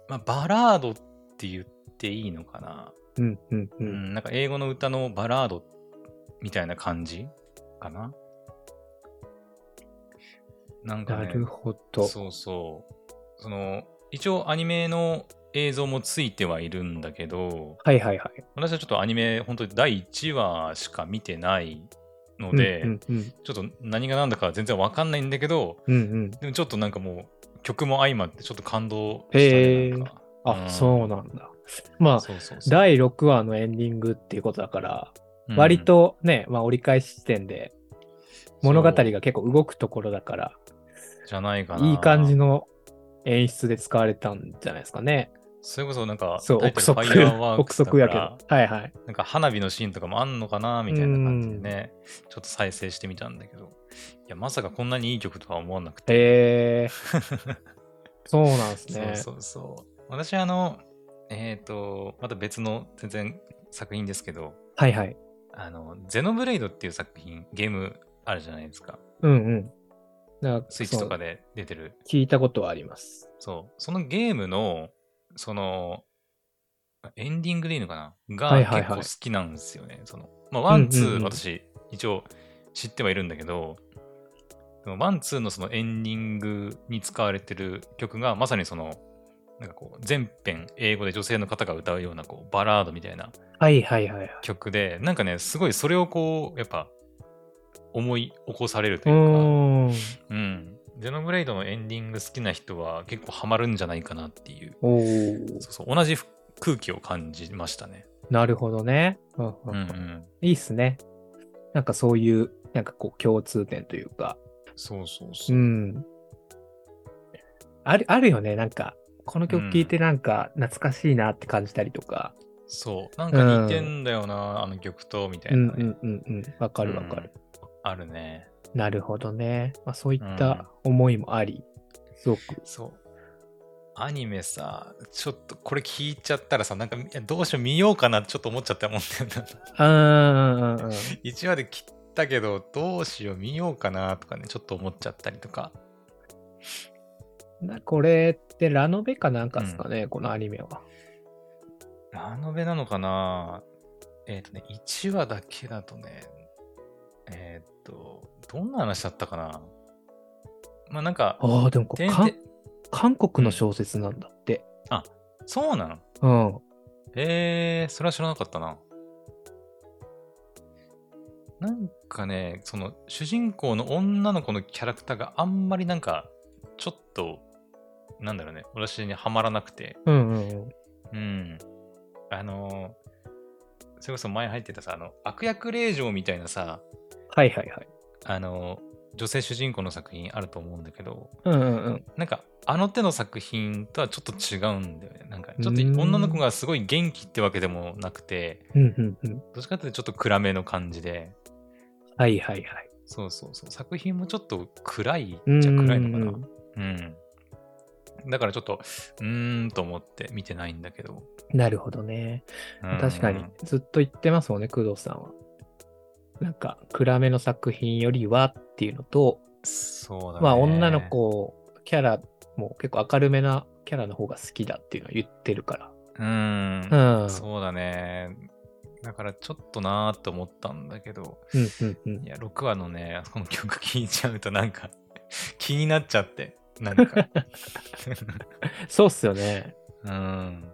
S2: まあ、バラードって言っっていいのかな、
S1: うんうんう
S2: うん
S1: ん。
S2: なんか英語の歌のバラードみたいな感じかななんか
S1: な
S2: ね、
S1: るほど。
S2: そうそう。その、一応アニメの映像もついてはいるんだけど、
S1: はいはいはい。
S2: 私はちょっとアニメ、本当に第1話しか見てないので、
S1: うんうん
S2: ちょっと何が何だか全然わかんないんだけど、
S1: うん。うんうん、
S2: でもちょっとなんかもう、曲も相まってちょっと感動した
S1: へ
S2: ね。
S1: ー
S2: なんか
S1: あ、
S2: うん
S1: そうなんだ。まあ、
S2: そうそうそう
S1: 第6話のエンディングっていうことだから、
S2: うん
S1: 割とね、まあ折り返し地点で物語が
S2: そう
S1: 結構動くところだから、
S2: じゃないかな。
S1: いい感じの演出で使われたんじゃないですかね。
S2: それこそなんか、
S1: そう、
S2: タイト
S1: 憶
S2: ル
S1: 測
S2: ファイアーワ、ーク
S1: 憶
S2: スだ
S1: 測や
S2: か
S1: け
S2: ら
S1: ど。はいはい。
S2: なんか花火のシーンとかもあんのかなみたいな感じでね、ちょっと再生してみたんだけど、いや、まさかこんなにいい曲とは思わなくて。
S1: へえー、 そうなんです
S2: そう
S1: ね。
S2: そうそう。私、あの、えっ、と、また別の全然作品ですけど、
S1: はいはい。
S2: あの、ゼノブレイドっていう作品、ゲームあるじゃないですか。
S1: うんうん。なんか
S2: スイッチと
S1: そ
S2: か
S1: う
S2: で出てる。
S1: 聞いたことはあります。
S2: そう。そのゲームの、その、エンディングでいいのかな
S1: はい
S2: が
S1: はい
S2: 結
S1: は
S2: 構
S1: い
S2: 好きなんですよね。その、まあ、ワン、
S1: う
S2: ツ
S1: んうんうん
S2: ー、私、一応知ってはいるんだけど、でもワン、ツーのそのエンディングに使われてる曲が、まさにその、なんかこう、全編英語で女性の方が歌うような、こう、バラードみたいな
S1: はいはいはいはい。
S2: 曲で、なんかね、すごいそれをこう、やっぱ、思い起こされると
S1: う
S2: いうか、
S1: ーん。
S2: うん。ゼノブレイドのエンディング好きな人は結構ハマるんじゃないかなっていう。
S1: おー
S2: そうそう同じ空気を感じましたね。
S1: なるほどね。うんう
S2: うんん
S1: う
S2: うんん。
S1: いいっすね。なんかそういう、なんかこう共通点というか。
S2: そうそうそうう。
S1: ん。ある、あるよね。なんか、この曲聴いてなんか懐かしいなって感じたりとか。
S2: そう。なんか似てんだよな、あの曲と、みたいうなんね。
S1: うんうんうん。わかるわかる。
S2: うん。あるね。
S1: なるほどね。まあそういった思いもあり、すごく。
S2: そう。アニメさ、ちょっとこれ聞いちゃったらさ、なんかいやどうしよう見ようかなってちょっと思っちゃったもんね。
S1: うんうんうんうん。
S2: 1話で切ったけど、どうしよう見ようかなとかね、ちょっと思っちゃったりとか。
S1: なこれってラノベかなんかですかね、このアニメは。
S2: ラノベなのかなえっ、とね、1話だけだとね、えっ、と、どんな話だったかなまあなんか、
S1: ああ、でもこれ
S2: てん
S1: かん
S2: て
S1: 韓国の小説なんだって。
S2: そうなの
S1: うん。
S2: えー、それは知らなかったな。なんかね、その主人公の女の子のキャラクターがあんまりなんか、ちょっと、なんだろうね、私にはまらなくて、
S1: うんうんうん。
S2: うん。あのーそれこそ前入ってたさ、あの、悪役令嬢みたいなさ、
S1: はいはいはい。
S2: あの女性主人公の作品あると思うんだけど
S1: うんうんうん。
S2: なんかあの手の作品とはちょっと違うんだよねなんか
S1: うん
S2: ちょっと女の子がすごい元気ってわけでもなくて
S1: うんうんうん。
S2: どっちかっていうとちょっと暗めの感じで
S1: はいはいはい。
S2: そうそうそう作品もちょっと暗い
S1: うん
S2: じゃ暗いのかな
S1: うんうん
S2: うんだからちょっとうーんと思って見てないんだけど、
S1: なるほどね。
S2: うん
S1: 確かに、ずっと言ってますもんね、工藤さんは。なんか、暗めの作品よりはっていうのと、
S2: そうだね
S1: まあ、女の子、キャラも結構明るめなキャラの方が好きだっていうのは言ってるか
S2: うん
S1: ら。うん。
S2: そうだねだからちょっとなーって思ったんだけど
S1: うんうんうん
S2: い。や、6話のね、この曲聴いちゃうとなんか、 気になっちゃって、なん か。
S1: そうっすよね。
S2: うん。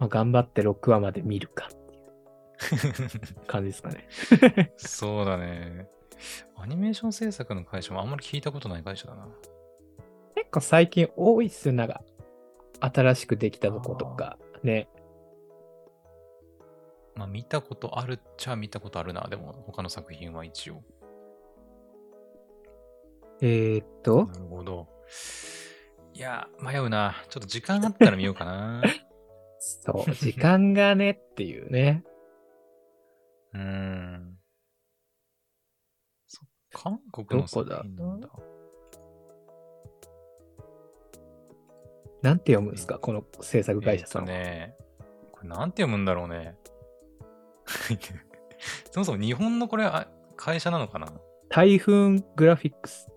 S1: まあ、頑張って6話まで見るかっていう感じですかね。
S2: そうだね。アニメーション制作の会社もあんまり聞いたことない会社だな。
S1: 結構最近多いっすよ、なんか。新しくできたとことか。ね。
S2: まあ見たことあるっちゃ見たことあるな、でも他の作品は一応。
S1: えー、っと
S2: な、るほど。いや、迷うな。ちょっと時間あったら見ようかな。
S1: そう、時間がねっていうね。
S2: うん。そっ韓国の作品なんだ。
S1: なんて読むん ですか、この制作会社さんは。
S2: えーとね、これなんて読むんだろうね。 そもそも日本のこれあ会社なのかなって
S1: 台風グラフィックス。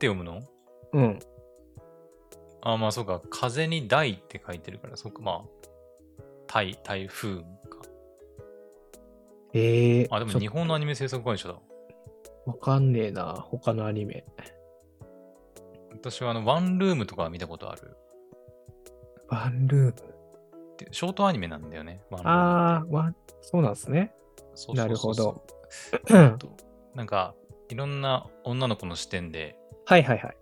S2: 読むの
S1: うん。
S2: あ、まあそうか。風に台って書いてるから、そっか。まあ、台、台風か。
S1: ええ
S2: あ、でも日本のアニメ制作会社だ。
S1: わかんねえな、他のアニメ。
S2: 私はあの、ワンルームとかは見たことある。
S1: ワンルーム。
S2: でショートアニメなんだよね。ワンルーム
S1: ああ、ワン、そうなんですね。
S2: そうそうそうそう
S1: なるほ
S2: えっとなんか、いろんな女の子の視点で、
S1: はいはいはい。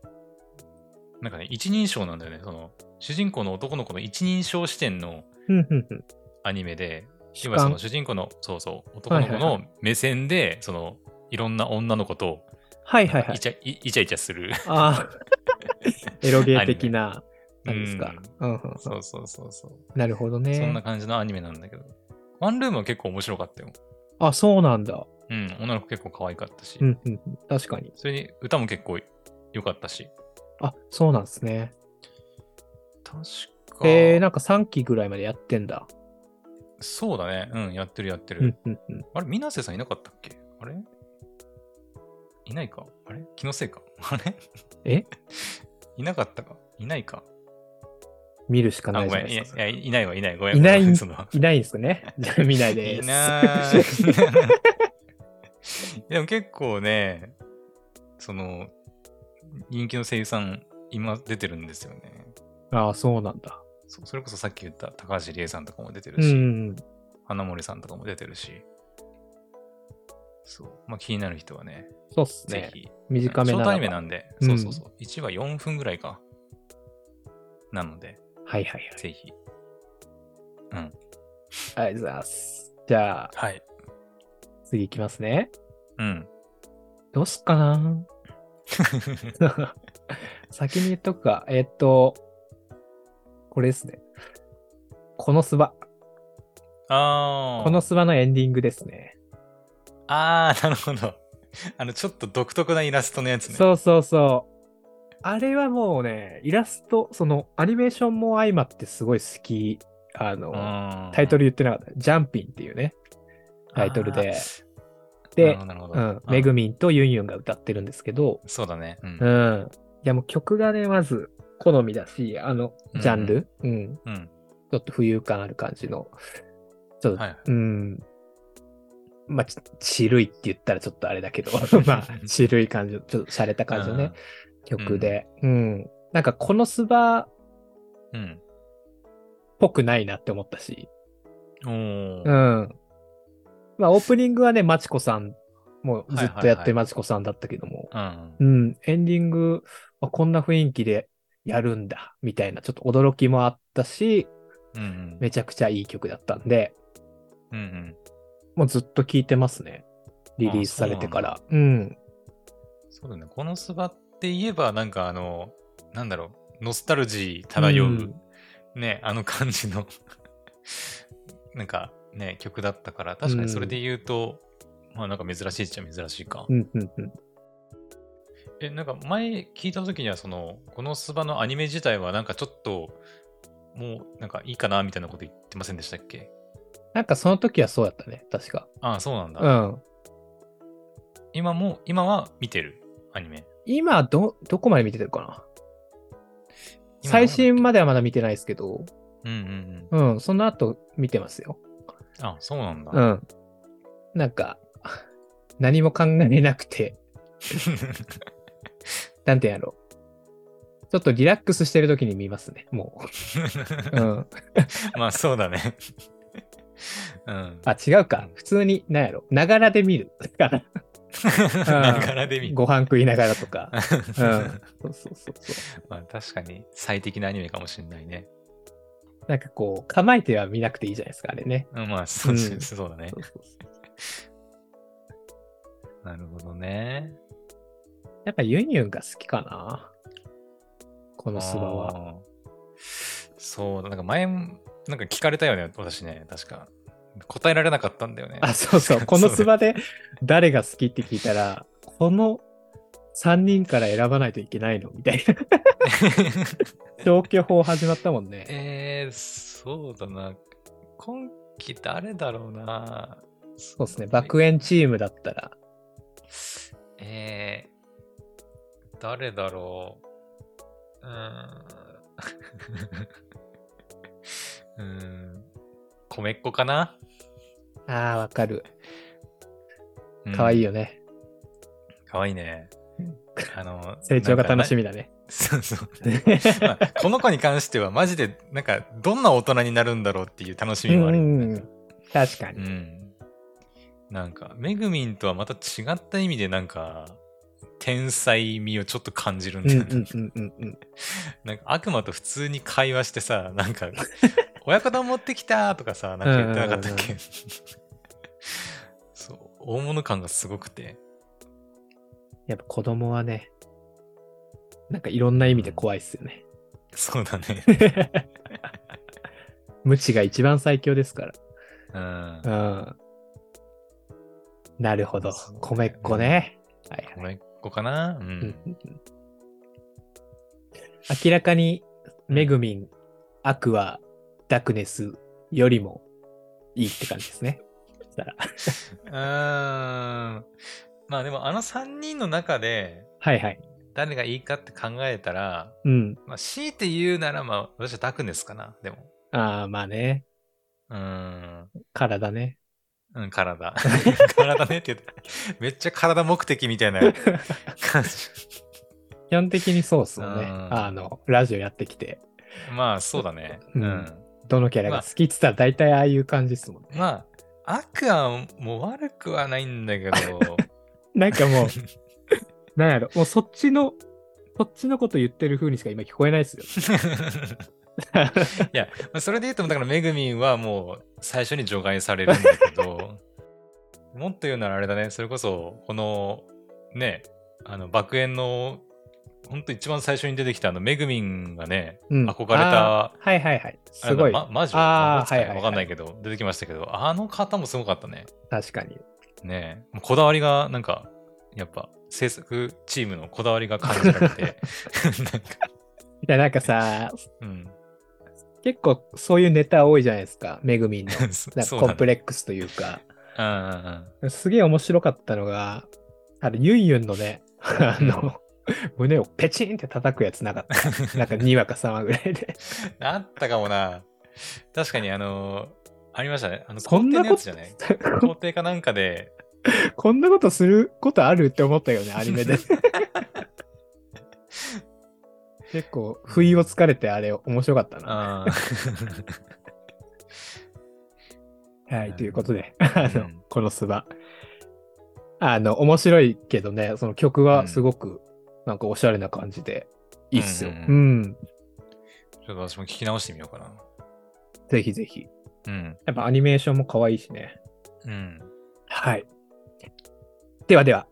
S2: なんかね、一人称なんだよね。その、主人公の男の子の一人称視点の
S1: うんうんうん。
S2: アニメで、
S1: 主
S2: 要はその
S1: 観。
S2: 主人公の、そうそう、男の子
S1: はいはい
S2: の目線で、その、いろんな女の子と
S1: はいはいは
S2: イ
S1: い。
S2: チャイイチャイチャ する。
S1: あ あ、エロゲー的な、
S2: ア
S1: な
S2: ニ
S1: んで
S2: メ
S1: すか
S2: うん。
S1: うんうんうん
S2: そうそうそうそう。
S1: なるほどね。
S2: そんな感じのアニメなんだけど。ワンルームは結構面白かったよ。
S1: あ、そうなんだ。
S2: うん、女の子結構可愛かったし、
S1: うんうんうん。確かに。
S2: それに歌も結構良かったし。
S1: あ、そうなんですね。
S2: 確か、
S1: えー、なんか3期ぐらいまでやってんだ。
S2: そうだね。うん、やってるやってる。
S1: うんうんうん。
S2: あれ、水瀬さんいなかったっけあれいないかあれ気のせいかあれ
S1: え
S2: いなかったかいないか
S1: 見るしか
S2: あ、
S1: ない
S2: ご
S1: じゃない
S2: めん。い
S1: で
S2: や
S1: す
S2: い
S1: か。
S2: や、いないわ、いない。ごめん。
S1: いない
S2: ごめん その
S1: いないんですね。じゃあ見ないで
S2: い
S1: す。
S2: なーいでも結構ね、その、人気の声優さん、今出てるんですよね。
S1: ああ、そうなんだ。
S2: そそれこそさっき言った高橋理恵さんとかも出てる
S1: う
S2: し、
S1: ん。
S2: 花森さんとかも出てるし、そう、まあ気になる人はね、
S1: そうっす
S2: ぜ
S1: ね。
S2: ひ、
S1: 短め
S2: ショー
S1: な
S2: トア
S1: ら
S2: ニメ
S1: ば。
S2: なんで、
S1: うん
S2: そうそうそう、1話4分ぐらいか。なので、
S1: はいはいはい。
S2: ぜひ。
S1: ありがとうございます。じゃあ、
S2: はい。
S1: 次いきますね。
S2: うん。
S1: どうすっかな 先に言っとくか。えっと、これですね。このスバ。
S2: ああ。
S1: このスバのエンディングですね。
S2: ああ、なるほど。あの、ちょっと独特なイラストのやつね。
S1: そうそうそう。あれはもうね、イラスト、そのアニメーションも相まってすごい好き。あの、タイト
S2: ル、
S1: ル言ってなかった。ジャンピンっていうね、タイトルで。
S2: なる
S1: で
S2: ほど、なるほど。
S1: うん、めぐみんとユンユンが歌ってるんですけど、
S2: そうだね。うん
S1: う。ん。いやもう曲がね、まず好みだし、あの、ジャンル、うん、
S2: うん。
S1: ちょっと浮遊感ある感じの、ちょっと、
S2: はい
S1: うん。まあ、ちちるいって言ったらちょっとあれだ けど、まあ、ちるい感じの、ちょっと洒落た感じのね、曲で、うん、なんかこのスバっ
S2: うん。
S1: ぽくないなって思ったし、
S2: うん。お
S1: う
S2: ー
S1: ん。まあ、オープニングはね、まちこさん、もうずっとや
S2: はいはい
S1: っ
S2: は
S1: て
S2: い
S1: まちこさんだったけども、
S2: うん。
S1: うん、エンディング、あこんな雰囲気でやるんだ、みたいな、ちょっと驚きもあったし、
S2: うん。
S1: めちゃくちゃいい曲だったんで、
S2: うんうん。
S1: もうずっと聴いてますね。リリースされてから。うん。
S2: そうだね。このスバって言えば、なんかあの、なんだろう、ノスタルジー漂う、ね、あの感じの、 なんかね、曲だったから、確かにそれで言うと、まあなんか珍しいっちゃ珍しいか。
S1: うん、うん、うん。
S2: え、なんか前聞いた時には、その、このスバのアニメ自体は、なんかちょっと、もう、なんかいいかなみたいなこと言ってませんでしたっけ
S1: なんかその時はそうやったね、確か。
S2: ああ、そうなんだ。
S1: うん。
S2: 今も、今は見てる、アニメ。
S1: 今、ど、どこまで見てるかな
S2: 今
S1: 最新ま
S2: で。
S1: ではまだ見てないですけど、
S2: うんうんうん。
S1: うん、その後見てますよ。
S2: あ、そうなんだ。
S1: う ん。なんか、 何も考えなくて、なんてやろう。ちょっとリラックスしてる時に見ますね、も う。うん。
S2: まあ、そうだね。うん。
S1: あ、違うか。普通に、なんやろ。ながらで見る。だから、
S2: ながらで見る。
S1: ご飯食いながらとか。うん。そうそうそうそう。
S2: まあ、確かに最適なアニメかもしれないね。
S1: なんかこう、構えては見なくていいじゃないですか、あれね。
S2: うん、まあ、そう,、
S1: うん
S2: そうだね
S1: そ。うそうそう
S2: なるほどね。
S1: やっぱユンユンが好きかな。このスバは。
S2: あーそうだ、なんか前も、なんか聞かれたよね、私ね、確か。答えられなかったんだよね。
S1: あ、そう そう。このスバで誰が好きって聞いたら、この3人から選ばないといけないのみたいな。消去法始まったもんね。
S2: えー、そうだな。今期誰だろうな。
S1: そうですね。爆炎チームだったら、
S2: えー、誰だろ う。うーん。うーん。米っ子かな
S1: ああ、わかる。かわいい
S2: よ。
S1: よね。
S2: かわいいね
S1: うん。
S2: あの、
S1: 成長が楽し
S2: み。
S1: みだね。
S2: そうそう。まあこの子に関しては、マジで、なんか、どんな大人になるんだろうっていう楽し
S1: う
S2: み
S1: ん
S2: もある。
S1: うんうん。確か
S2: う
S1: に。
S2: ん。なんか、めぐみんとはまた違った意味で、なんか、天才味をちょっと感じるん
S1: うん
S2: だ
S1: う
S2: よね。
S1: んうんうんうん。
S2: なんか悪魔と普通に会話してさ、なん か、親子丼持ってきたとかさ、なんか言ってなかったっけそう、大物感がすごくて。
S1: やっぱ子供はね、なんかいろんな意味で怖いっすよね。
S2: そうだね。
S1: 無知が一番最強ですか
S2: うん。
S1: ら。うん。なるほど
S2: そうね。
S1: 米っ子ね。はいはい。
S2: これっ子かなう
S1: うんん。うんうん明らかに、メグミン、アクア、ダクネスよりもいいって感じですね。そしたら
S2: うーん。まあでもあの3人の中で
S1: はいはい。
S2: 誰がいいかって考えたら、
S1: うん。
S2: まあ強いて言うならまあ私はダクネスかな、でも。
S1: ああ、まあね。
S2: うーん。
S1: 体ね。
S2: うん、 体。体ねって言った。めっちゃ体目的みたいな感じ。
S1: 基本的にそうっすもんね。
S2: うん
S1: あの、ラジオやってきて、
S2: まあそうだね。
S1: う
S2: うんん。
S1: どのキャラが好きって言ったら大体ああいう感じっすもんね。
S2: まあ、アクアも悪くはないんだけど、
S1: なんかもう、 なんやろ、もうそっちの、そっちのこと言ってる風にしか今聞こえないっすよ。
S2: いや、まあそれで言うと、だから、めぐみんはもう最初に除外されるんだけど、もっと言うならあれだね、それこそ、この、ね、あの、爆炎の、ほんと一番最初に出てきたあの、めぐみんがね、
S1: うん
S2: 憧れた
S1: あーはいはいはい。
S2: あれ
S1: す
S2: だ
S1: ごい。
S2: ま、魔女
S1: あー
S2: 魔法使い
S1: はいはいはい
S2: わかんないけど、出てきましたけど、あの方もすごかったね。
S1: 確かに。
S2: ねえもうこだわりがなんかやっぱ制作チームのこだわりが感じら れてなんか、
S1: いや、なんかさ、
S2: うん、
S1: 結構そういうネタ多いじゃないですか。めぐみんの。
S2: そ
S1: なんか
S2: そう
S1: コ
S2: だ
S1: ンプ
S2: ね
S1: レックスというか。
S2: うんうん
S1: すげえ面白かったのが、あれ、ユンユンのね、あの、胸をペチンって叩くやつなかった。なんか、にわか様ぐらいで。
S2: うんあったかもな確かにあのーありましたねあの
S1: そ
S2: 皇
S1: ん
S2: 帝
S1: な
S2: の
S1: こ
S2: や
S1: と
S2: つじゃない皇帝かなんかで
S1: こんなことすることあるって思ったよね、アニメ で。結構、不意をつかれてあれ、面白かったな。
S2: あ
S1: はい、ということで、
S2: ん
S1: あの、このスバ。あの、面白いけどね、その曲はすごく、なんかおしゃれな感じで、いいっすよ。
S2: うん
S1: う。
S2: うんーちょっと私も聞き直してみようかな
S1: ぜひぜひ。
S2: うん
S1: やっぱアニメーションも可愛いしね。
S2: うん
S1: はい。ではでは。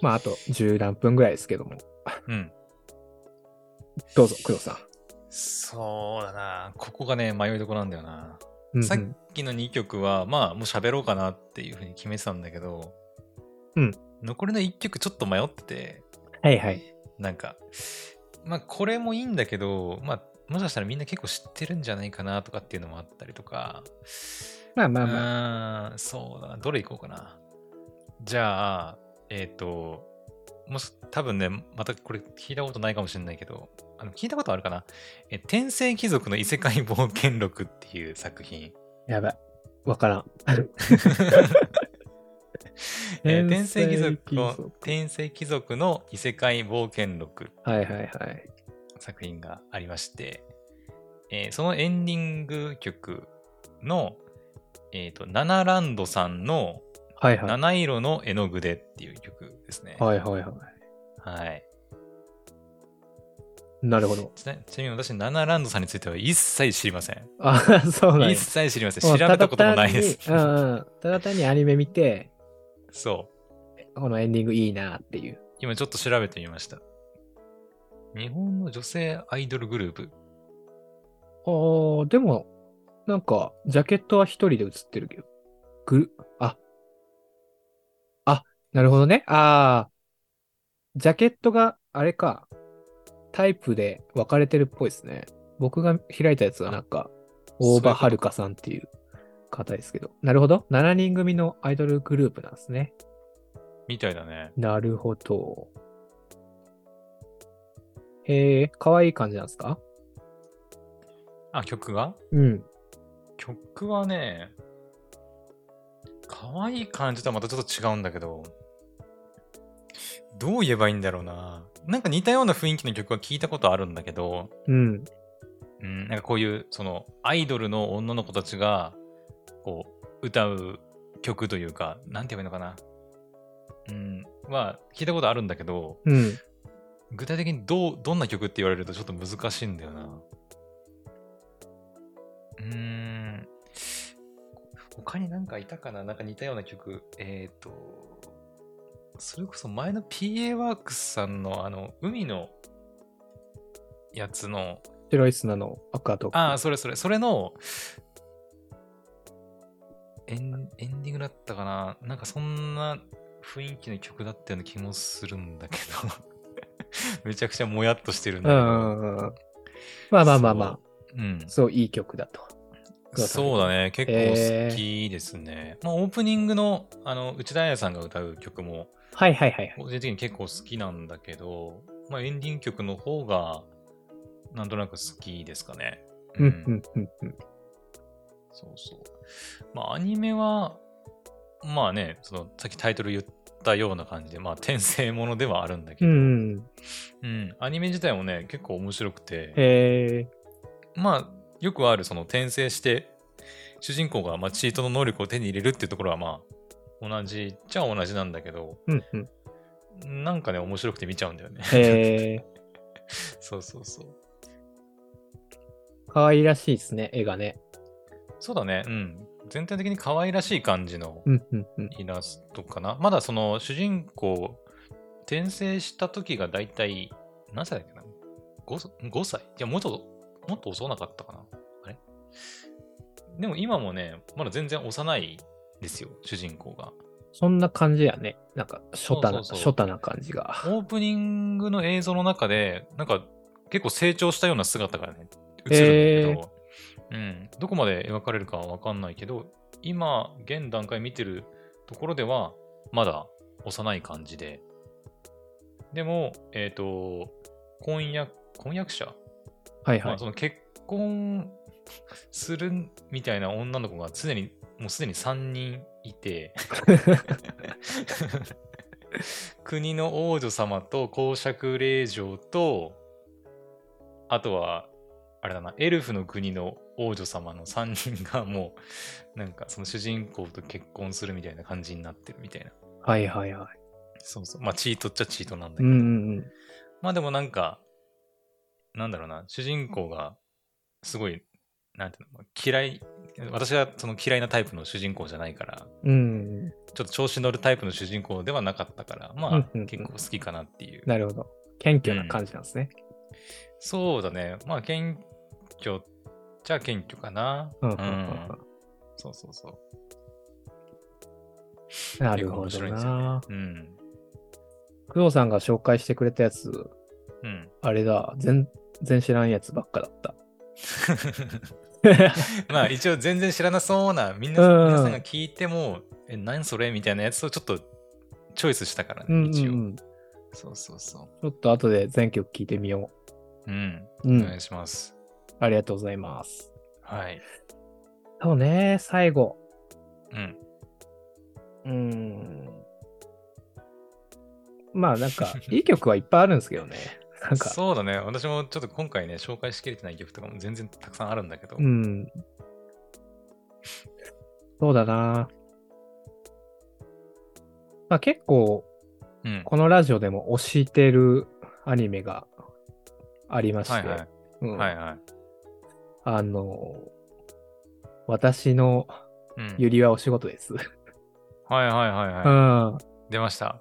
S1: まあ、あと十何分ぐらいですけども。
S2: うん
S1: どうぞ、工藤さん。
S2: そうだなここがね迷いどこなんだよな
S1: うんうん
S2: さっきの2曲はまあもう喋ろうかなっていうふうに決めてたんだけど、
S1: うん
S2: 残りの1曲ちょっと迷ってて
S1: はいはい。
S2: なんかまあこれもいいんだけどまあもしかしたらみんな結構知ってるんじゃないかなとかっていうのもあったりとか
S1: まあま
S2: う
S1: あまあ。
S2: ーんそうだなどれいこうかなじゃあえっ、ともし多分ねまたこれ聞いたことないかもしれないけどあの聞いたことあるかなえ「天聖貴族の異世界冒険録」っていう作品
S1: やばい。わからん。
S2: えー天聖貴族
S1: 天聖貴
S2: の
S1: 族
S2: 天聖貴族の異世界冒険録
S1: はいはいはい。
S2: 作品がありまして、えーそのエンディング曲の、えー、とナナランドさんの
S1: はい
S2: 「
S1: はい。
S2: 七色の絵の具で」っていう曲ですね。
S1: はいはいは
S2: はい
S1: い。なるほど。
S2: ちなちなみに私、ナナランドさんについては一切知りません。
S1: あ あ、そうなんや
S2: 一切知りません。調べたこともないです。
S1: もうただ単にうんうん。ただ単にアニメ見て、
S2: そう。
S1: このエンディングいいなっていう。
S2: 今ちょっと調べてみました。日本の女性アイドルグループ。
S1: ああ、でも、なんか、ジャケットは一人で写ってるけど。ぐる、あ。あ、なるほどね。ああ。ジャケットが、あれか。タイプで分かれてるっぽいですね。僕が開いたやつはなんか、大場はるかさんっていう方ですけど。なるほど。7人組のアイドルグループなんですね。
S2: みたいだね。
S1: なるほど。へえ、可愛い感じなんですか
S2: あ、曲が
S1: うん。
S2: 曲はね、可愛い感じとはまたちょっと違うんだけど、どう言えばいいんだろうな。なんか似たような雰囲気の曲は聞いたことあるんだけど、
S1: うん。
S2: うん、なんかこういう、その、アイドルの女の子たちが、こう、歌う曲というか、なんて言えばいいのかな。うん、は、聞いたことあるんだけど、
S1: うん。
S2: 具体的にどうどんな曲って言われるとちょっと難しいんだよな。うーん。他になんかいたかななんか似たような曲。えっ、と、それこそ前の PA ワークスさんのあの、海のやつの、
S1: 白い砂のアクアトーク。
S2: ああ、それそれ、それのエン、エンディングだったかななんかそんな雰囲気の曲だったような気もするんだけど、 めちゃくちゃもやっとしてるんだ
S1: う
S2: けど。
S1: んうんうん。まあまあまあまあ、
S2: うん。
S1: すごいいい曲だと。
S2: そうだね、結構好きですね。まあ、オープニングのあの内田彩さんが歌う曲も、
S1: はいはいはいはい。
S2: 個人的に結構好きなんだけど、まあ、エンディング曲の方が、なんとなく好きですかね。
S1: うんうんうんうん。
S2: そうそう。まあ、アニメは、まあね、その、さっきタイトル言ったような感じで、まあ、転生ものではあるんだけ
S1: う
S2: ど、
S1: んうん。
S2: うんアニメ自体もね、結構面白くて、
S1: え
S2: まあ、よくある、その、転生して、主人公が、まあ、チートの能力を手に入れるっていうところは、まあ、同じっちゃ同じなんだけど、
S1: ー、うん うん。
S2: なんかね、面白くて見ちゃうんだよね。
S1: え
S2: そうそうそう。
S1: ー、かわいらしいですね、絵がね。
S2: そうだね、うん。全体的に可愛らしい感じの
S1: うんうんうん。
S2: イラストかな。まだその主人公、転生した時がだいたい何歳だっけな 5, 歳 ?5 歳いや、もうちょっと、もっと幼かったかな。あれでも今もね、まだ全然幼いですよ、主人公が。
S1: そんな感じやね。なんか、初太な、
S2: そうそうそう
S1: 初太な感じが。
S2: オープニングの映像の中で、なんか結構成長したような姿がね、映るんだけど、うん、どこまで描かれるかはわかんないけど、今、現段階見てるところでは、まだ幼い感じで、でも、えっ、と、婚約、婚約者、
S1: はいは
S2: ま
S1: い
S2: あ、そ。の結婚するみたいな女の子が常にもうすでに3人 いて国の王女様と公爵令嬢とあとはあれだなエルフの国の王女様の3人がもうなんかその主人公と結婚するみたいな感じになってるみたいな
S1: はいはいはい。
S2: そうそうまあチートっちゃチートなんだけ
S1: う
S2: ど、
S1: んうんうん。
S2: まあでもなんか、なんだろうな、主人公がすごい、なんていうの、嫌い、私はその嫌いなタイプの主人公じゃないから、
S1: うんうん。
S2: ちょっと調子乗るタイプの主人公ではなかったから、
S1: うん
S2: ま
S1: うんう
S2: あ
S1: ん
S2: 結構好きかなっていう。
S1: なるほど。謙虚な感じなんですね。
S2: そうだね、まあ謙虚っちゃ謙虚かな。
S1: うんうんうん
S2: うんそうそうそう。
S1: なるほど
S2: 結構面白いんですよ
S1: な。
S2: うん。
S1: 工藤さんが紹介してくれたやつ、
S2: うん。
S1: あれだ、全全知らんやつばっかだった。
S2: まあ一応全然知らなそうな、みんな、
S1: うんうん
S2: 皆さんが聞いても、え、何それみたいなやつをちょっとチョイスしたから
S1: うんうんう
S2: ね、一応。
S1: ん。ち
S2: そうそうそ
S1: ょっと後で全曲聞いてみよ
S2: う。うん。
S1: う。う
S2: お願
S1: ん。
S2: いします。
S1: ありがとうございます。
S2: はい。
S1: そうね、最後。
S2: うん。
S1: うーん。まあなん か、いい曲はいっぱいあるんですけどね。なんか、
S2: そうだね。私もちょっと今回ね、紹介しきれてない曲とかも全然たくさんあるんだけど。
S1: うん。そうだな。まあ結構、
S2: うん
S1: このラジオでも推してるアニメがありまして、
S2: はいはい。
S1: うん
S2: はいはい。
S1: あの、私の
S2: うん
S1: 指輪お仕事です。
S2: はいはいはいうは
S1: ん。
S2: い。出ました。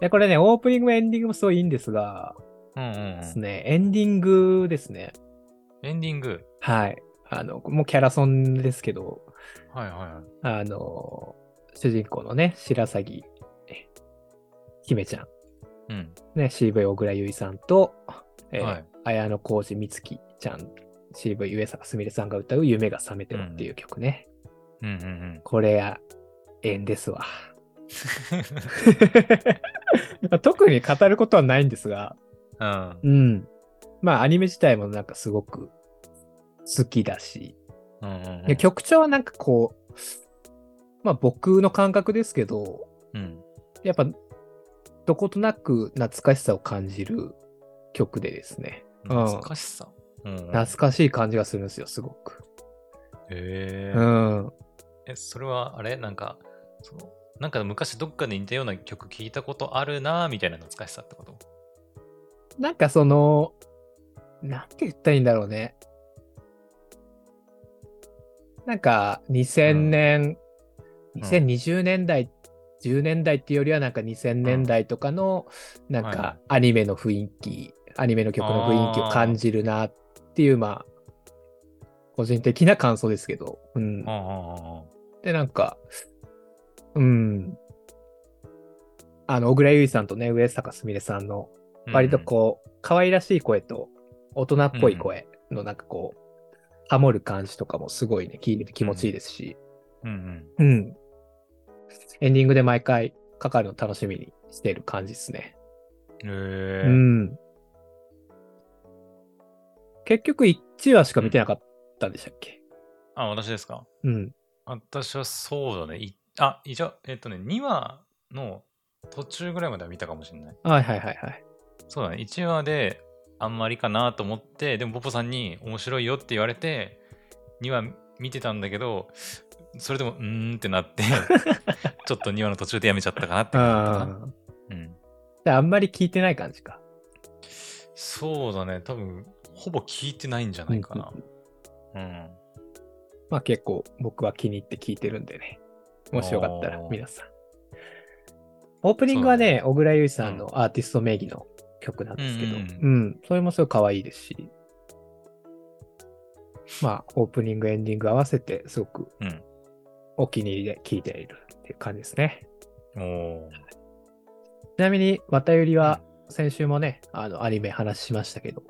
S1: で、これね、オープニングもエンディングもすごいいいんですが、
S2: うんうん
S1: です
S2: うん。
S1: ね、エンディングですね。
S2: エンディング。
S1: はい。あの、もうキャラソンですけど、
S2: はいはいはい。
S1: あの、主人公のね、白鷺え姫ちゃん、
S2: うん。
S1: ね、CV 小倉優衣さんと、えー
S2: はい
S1: 綾野浩二美月ちゃん、CV 上坂すみれさんが歌う夢が覚めてろっていう曲ね。
S2: うんうんうん。
S1: これが縁ですわ。 特に語ることはないんですが、
S2: うん。
S1: うん。まあ、アニメ自体もなんかすごく好きだし、
S2: うんうんうん
S1: で局長はなんかこう、まあ僕の感覚ですけど、
S2: うん
S1: やっぱどことなく懐かしさを感じる曲でですね、うん
S2: 懐かしさ。うんうん
S1: 懐かしい感じがするんですよ、すごく。
S2: へえ
S1: うん。
S2: え、それはあれなんか、その、なんか昔どっかで似たような曲聞いたことあるなーみたいな懐かしさってこと
S1: なんかその、なんて言ったらいいんだろうね。なんか2000年、
S2: ん
S1: 2020年代、10年代っていうよりはなんか2000年代とかの、なん
S2: はいは
S1: かアニメの雰囲気、アニメの曲の雰囲気を感じるなっていう、まあ、個人的な感想ですけど。うん
S2: う。んうんうんうん
S1: で、なんか、うん。あの、小倉優衣さんとね、上坂すみれさんの
S2: うん。
S1: 割とこう、可愛らしい声と、大人っぽい声のなんかこう、ハモる感じとかもすごいね、聞いてて気持ちいいですし、
S2: うんうん。
S1: うん。エンディングで毎回かかるの楽しみにしてる感じですね。
S2: へえ
S1: うん。結局1話しか見てなかったんでしたっけ
S2: あ、私ですか
S1: うん。
S2: 私はそうだね。いあ、いじゃ、えっとね、2話の途中ぐらいまでは見たかもしれない。
S1: はいはいはいはい。
S2: そうだね。1話であんまりかなと思って、でもポポさんに面白いよって言われて、2話見てたんだけど、それでもうーんって なって、ちょっと2話の途中でやめちゃったかなって感じだったか
S1: あ
S2: な。うん。
S1: あ。であんまり聞いてない感じか。
S2: そうだね。多分、ほぼ聞いてないんじゃないかな。うん。
S1: まあ結構僕は気に入って聞いてるんでね。もしよかったら
S2: おー
S1: 皆さん。オープニングは
S2: そう
S1: ね、小倉優衣さんのアーティスト名義の曲なんですけど、
S2: う
S1: うんん、
S2: う
S1: それもすごい可愛いですし、まあオープニング、エンディング合わせてすごく
S2: うん
S1: お気に入りで聴いているっていう感じですね。
S2: おー
S1: ちなみに、またゆりは先週もね、あのアニメ話しましたけど、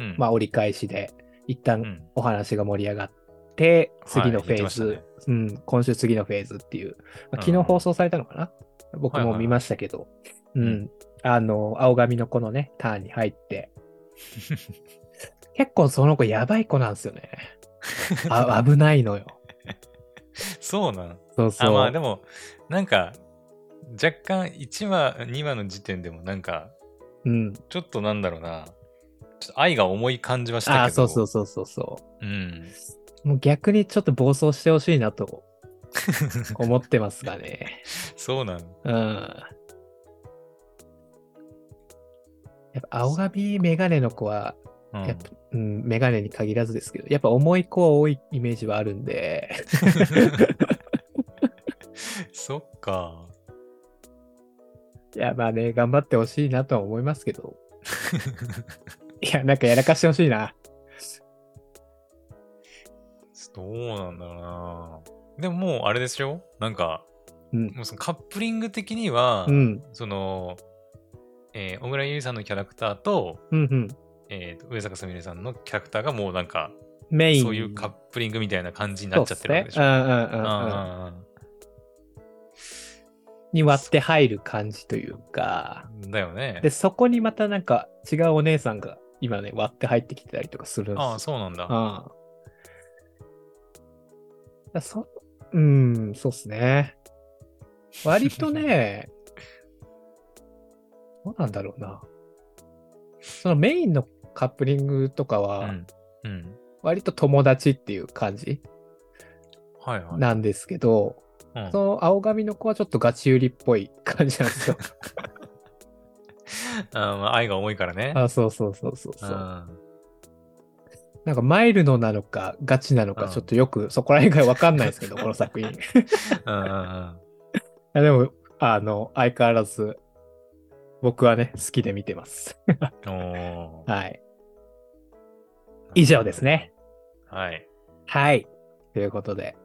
S2: うん。
S1: まあ折り返しで一旦
S2: うん。
S1: お話が盛り上がって、次のフェーズ、
S2: はい言って
S1: うん、今週次のフェーズっていう、まあ
S2: うん
S1: 昨日放送されたのかな、僕
S2: はいはい
S1: も
S2: はい
S1: 見ましたけど、
S2: う
S1: うん、あの、青髪の子のね、ターンに入 って、結構その子やばい子なんですよね。 あ危ないのよ。
S2: そうなの。
S1: そうそう。
S2: あ、まあでも、なんか、若干1話、2話の時点でもなんか、
S1: うん。
S2: ちょっとなんだろうな、ちょっと愛が重い感じはしたけど。
S1: あそうそうそうそうそ
S2: うん。
S1: う。もう逆にちょっと暴走してほしいなと思ってますがね。
S2: そうなの。
S1: うん。やっぱ青髪メガネの子は
S2: うん
S1: やっぱ、うん、メガネに限らずですけど、やっぱ重い子は多いイメージはあるんで、
S2: そっか。
S1: いや、まあね、頑張ってほしいなとは思いますけ ど、いや、なんかやらかしてほしいな。
S2: どうなんだろうな。でももうあれですよ。なんか、
S1: うん
S2: もうそのカップリング的には、
S1: うん、
S2: その、えー小倉優衣さんのキャラクターと、
S1: うん、うん。
S2: えーと上坂すみれさんのキャラクターがもうなんか、
S1: メイン。
S2: そういうカップリングみたいな感じに
S1: そ
S2: な
S1: う
S2: っ
S1: っ
S2: ちゃっ
S1: す
S2: てるわ
S1: ね
S2: けでし
S1: う
S2: ょ。
S1: んうんう
S2: うん
S1: うん。
S2: ん
S1: に割って入る感じというか、
S2: うんうんだよね
S1: で、。そこにまたなんか違うお姉さんが今ね、割って入ってきてたりとかするんですよ
S2: ああ、そうなんだ。
S1: ああ。そ、うん、そうっすね。割とね、 どうなんだろうな。そのメインのカップリングとか
S2: う
S1: は、
S2: ん。うん。
S1: 割と友達っていう感じ
S2: はいはい。
S1: なんですけど、
S2: うん
S1: その青髪の子はちょっとガチ売りっぽい感じなんです よ。
S2: あーまあ愛が重いからね。
S1: あそうそうそうそう
S2: う
S1: そ
S2: ん
S1: う。なんかマイルドなのか、ガチなの
S2: う
S1: か、
S2: ん
S1: ちょっとよくそこら辺がわかんないですけど、この作品。
S2: うんうんうん
S1: いやでも、あの、相変わらず、僕はね、好きで見てます。
S2: おー
S1: はい。 以上ですね。
S2: はい。
S1: はい。ということで、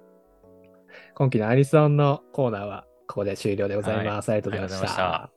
S1: 今期のアニソンのコーナーは、ここで終了でございます。ありがとうございました。